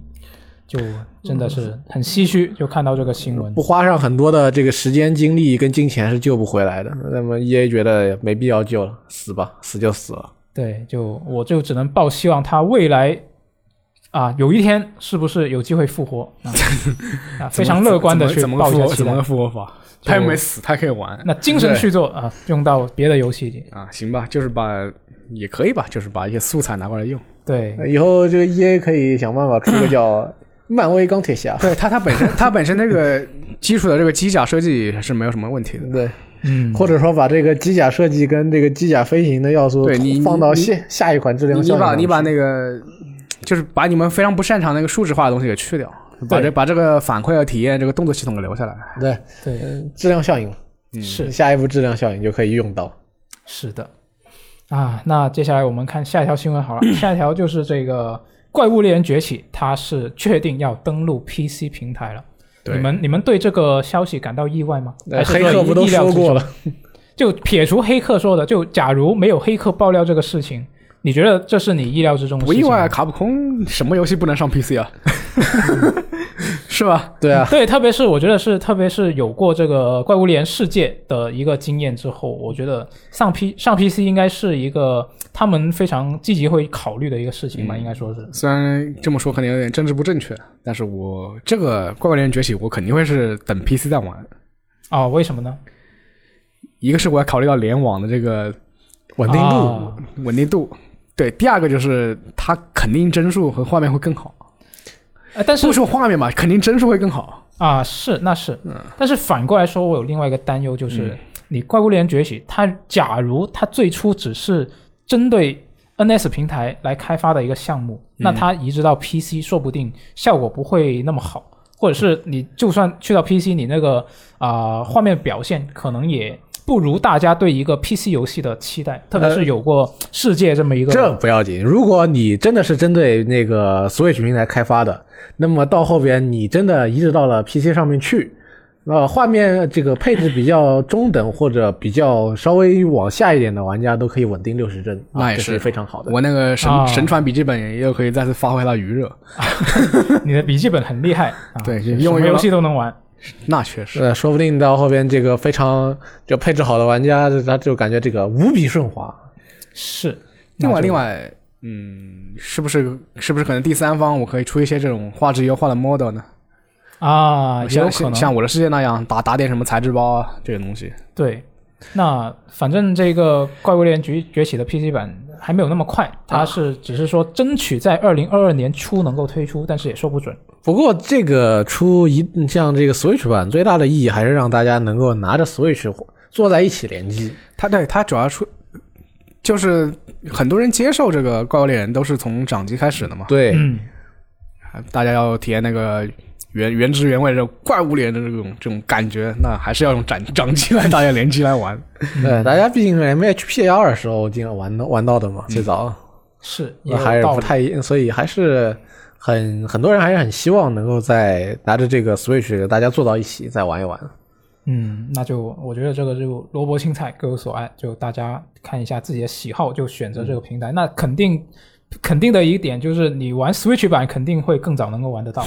A: 就真的
B: 嗯
A: 是很唏嘘，就看到这个新闻。
C: 不花上很多的这个时间、精力跟金钱是救不回来的。那么 E A 觉得没必要救了，死吧，死就死了。
A: 对，就我就只能抱希望他未来啊，有一天是不是有机会复活啊？ 啊非常乐观的去
B: 怎么
A: 抱一
B: 怎
A: 下
B: 么
A: 期
B: 怎么
A: 待
B: 个。复活法？
A: 就
B: 他又没死，他可以玩
A: 那精神续作啊，用到别的游戏里。
B: 啊，行吧，就是把也可以吧，就是把一些素材拿过来用。
A: 对，
C: 以后这个 E A 可以想办法出个 叫漫威钢铁侠。
B: 对他，他本身他本身那个基础的这个机甲设计是没有什么问题的。
C: 对，
A: 嗯，
C: 或者说把这个机甲设计跟这个机甲飞行的要素
B: 对你
C: 放到
B: 你
C: 下下一款质量
B: 你
C: 效应
B: 把
C: 上
B: 你把
C: 去
B: 那个就是把你们非常不擅长那个数值化的东西给去掉，把
A: 对
B: 这把这个反馈和体验这个动作系统给留下来。
C: 对
A: 对，
C: 质量效应嘛，
B: 嗯
A: 是
C: 下一步质量效应就可以用到。
A: 是的，啊，那接下来我们看下一条新闻好了，下一条就是这个《怪物猎人崛起》，它是确定要登陆 PC 平台了。
B: 对
A: 你们你们对这个消息感到意外吗？还是
C: 呃黑
A: 说
C: 客不都
A: 意料
C: 说
A: 之中
C: 过了？
A: 就撇除黑客说的，就假如没有黑客爆料这个事情，你觉得这是你意料之中的
B: 不
A: 事
B: 意
A: 情吗？
B: 外，卡普空什么游戏不能上 PC 啊？ 是吧？
C: 对啊，
A: 对，特别是我觉得是，特别是有过这个《怪物猎人世界》的一个经验之后，我觉得上 P 上 PC 应该是一个他们非常积极会考虑的一个事情吧，
C: 嗯
A: 应该说是。
B: 虽然这么说可能有点政治不正确，但是我这个《怪物猎人崛起》我肯定会是等 PC 再玩。
A: 哦，为什么呢？
B: 一个是我要考虑到联网的这个
C: 稳定度
A: 啊
B: 稳定度，对；第二个就是它肯定帧数和画面会更好，
A: 呃但是
B: 不说画面嘛，肯定帧数会更好。
A: 啊，是那是，
B: 嗯
A: 但是反过来说，我有另外一个担忧，就是、你《怪物猎人崛起》，它假如它最初只是针对 NS 平台来开发的一个项目，
B: 嗯
A: 那它移植到 PC，说不定效果不会那么好，或者是你就算去到 PC，你那个啊、画面表现可能也。不如大家对一个 PC 游戏的期待，特
B: 呃
A: 别是有过世界这么一个，
C: 这不要紧。如果你真的是针对那个 Switch 平台开发的，那么到后边你真的移植到了 PC 上面去，呃，画面这个配置比较中等或者比较稍微往下一点的玩家都可以稳定六十帧，
B: 那
C: 啊，
B: 也
C: 这
B: 是
C: 非常好的。
B: 我那个神、
A: 啊
B: 神传笔记本又可以再次发挥它的余热，
A: 你的笔记本很厉害啊，
B: 对就
A: 什
B: 用
A: 么
B: 于
A: 游
B: 了
A: 戏都能玩。
B: 那确实。
C: 呃，说不定到后边这个非常就配置好的玩家，他就感觉这个无比顺滑。
A: 是，
B: 另外，另外，嗯，是不是是不是可能第三方我可以出一些这种画质优化的 model 呢？
A: 啊，也有
B: 像
A: 可
B: 像
A: 能
B: 像我的世界那样打打点什么材质包啊这些东西。
A: 对。那反正这个《怪物猎人崛崛起》的 PC 版还没有那么
C: 啊
A: 快，它是只是说争取在二零二二年初能够推出，但是也说不准。
C: 不过这个出一像这个 Switch 版最大的意义还是让大家能够拿着 Switch 坐在一起联机。
B: 它对它主要出就是很多人接受这个怪物猎人都是从掌机开始的嘛，啊
C: 对，
A: 嗯，
B: 大家要体验那个原原汁原味的怪物猎人的这种这种感觉，那还是要用掌掌机来大家联机来玩。
C: 对，大家毕竟 MHP 幺二时候经常玩到玩到的嘛，最早
A: 是，也有
C: 那还是
A: 道
C: 不
A: 理。
C: 太一，所以还是很很多人还是很希望能够在拿着这个 Switch 大家坐到一起再玩一玩。
A: 嗯，那就我觉得这个就萝卜青菜各有所爱，就大家看一下自己的喜好，就选择这个
C: 嗯
A: 平台。那肯定肯定的一点就是，你玩 Switch 版肯定会更早能够玩得到。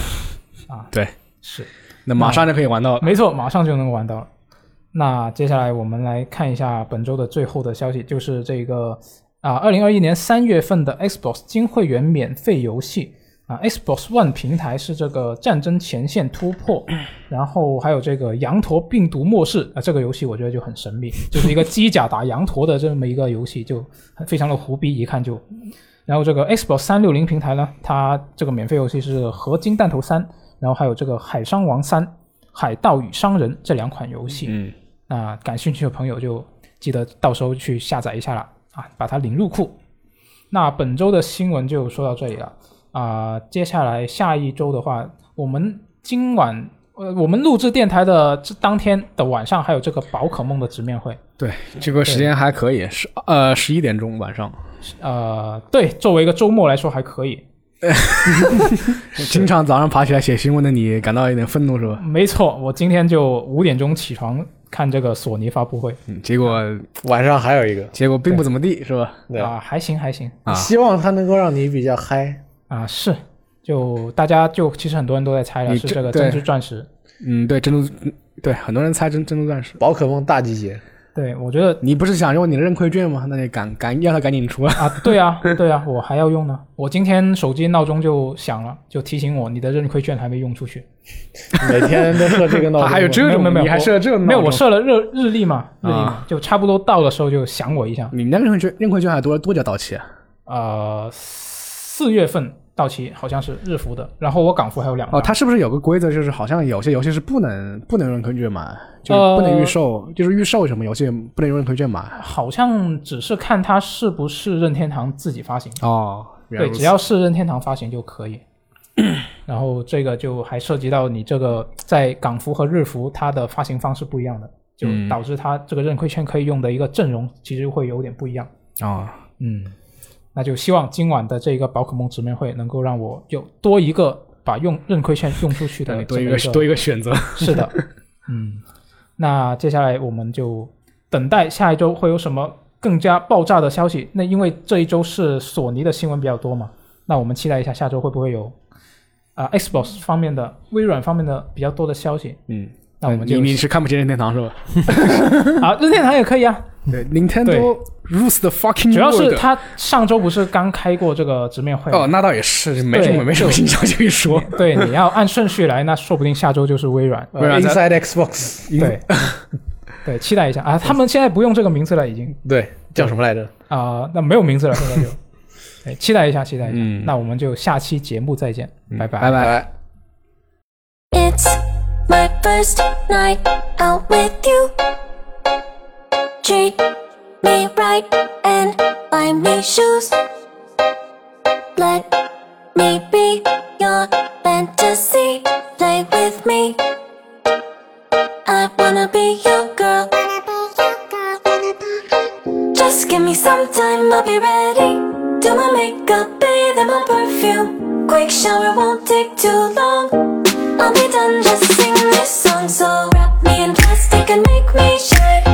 A: 啊，
B: 对，
A: 是
B: 那马上就可以玩到
A: 没错，马上就能玩到了。那接下来我们来看一下本周的最后的消息，就是这个啊，二零二一年三月份的 Xbox 金会员免费游戏啊，Xbox One 平台是这个《战争前线突破》，然后还有这个《羊驼病毒末世》啊，这个游戏我觉得就很神秘，就是一个机甲打羊驼的这么一个游戏，就很非常的胡逼，一看就。然后这个 Xbox 三六零平台呢，它这个免费游戏是《合金弹头三》，然后还有这个《海商王三》。《海盗与商人》这两款游戏。
B: 嗯，
A: 那感兴趣的朋友就记得到时候去下载一下啦，啊，把它领入库。那本周的新闻就说到这里了啊、接下来下一周的话，我们今晚呃，我们录制电台的这当天的晚上，还有这个宝可梦的直面会。
B: 对，这个时间还可以，十呃十一点钟晚上，
A: 呃，对，作为一个周末来说还可以，
B: 经常早上爬起来写新闻的你感到有点愤怒是吧？
A: 没错，我今天就五点钟起床看这个索尼发布会
B: 嗯，结果
C: 晚上还有一个，
B: 结果并不怎么地是吧？
C: 对
A: 啊、
C: 吧？
A: 还行还行。
B: 啊
C: 希望它能够让你比较嗨。
A: 啊，是，就大家就其实很多人都在猜了，
B: 你
A: 是
B: 这
A: 这个
B: 对
A: 真珠钻石。
B: 嗯，对，珍珠，嗯对，很多人猜珍珍珠钻石。
C: 宝可梦大集结，
A: 对，我觉得
B: 你不是想用你的认亏券吗？那你赶赶要他赶紧出来。
A: 啊，对啊，对啊，我还要用呢。我今天手机闹钟就响了，就提醒我你的认亏券还没用出去。
C: 每天都设这个闹钟，
B: 还哦有这种，
A: 没有没有
B: 你还设这种？
A: 没有，我设了日日历嘛，日历嘛
B: 啊，
A: 就差不多到的时候就响我一下。
B: 你那认亏券，认亏券还多多久到期啊？
A: 呃，四月份到期，好像是日服的，然后我港服还有两
B: 哦，
A: 张。
B: 它是不是有个规则，就是好像有些游戏是不能不能用认亏券买，就是
A: 呃
B: 不能预售，就是预售什么游戏不能用认亏券买？
A: 好像只是看它是不是任天堂自己发行。
B: 哦，原来
A: 对，
B: 如此
A: 只要是任天堂发行就可以。 然后这个就还涉及到你这个在港服和日服它的发行方式不一样的，就
B: 嗯
A: 导致它这个认亏券可以用的一个阵容其实会有点不一样。
B: 哦，
A: 嗯，那就希望今晚的这个宝可梦直面会能够让我有多一个把用认亏券用出去
B: 让
A: 的
B: 你多
A: 这
B: 一
A: 么
B: 个
A: 一个
B: 多一个选择。
A: 是的，嗯，那接下来我们就等待下一周会有什么更加爆炸的消息。那因为这一周是索尼的新闻比较多嘛，那我们期待一下下周会不会有啊、Xbox 方面的、微软方面的比较多的消息。
B: 嗯，
A: 那我们就
B: 你你是看不起任天堂是吧？
A: 啊，任天堂也可以啊，
B: 对，Nintendo rules the fucking
A: 主要是
B: world
A: 他上周不是刚开过这个直面会吗
B: 哦，那倒也是，没
A: 对
B: 什么没什么新消息可以说。
A: 对，你要按顺序来，那说不定下周就是微软。
C: 呃
B: 微软在
C: Inside Xbox，
A: 对，对，期待一下啊！他们现在不用这个名字了，已经。
C: 对，叫什么来着？
A: 啊、那没有名字了，现在 就，哎，期待一下，期待一下。
B: 嗯
A: 那我们就下期节目再见，拜 嗯拜。
B: 拜拜。
C: 拜。
D: It's my first night out with you. Treat me right and buy me shoes. Let me be your fantasy. Play with me. I wanna be your girl. Just give me some time, I'll be ready. Do my makeup, bathe in my perfume. Quick shower won't take too long. I'll be done just sing this song. So wrap me in plastic and make me shine.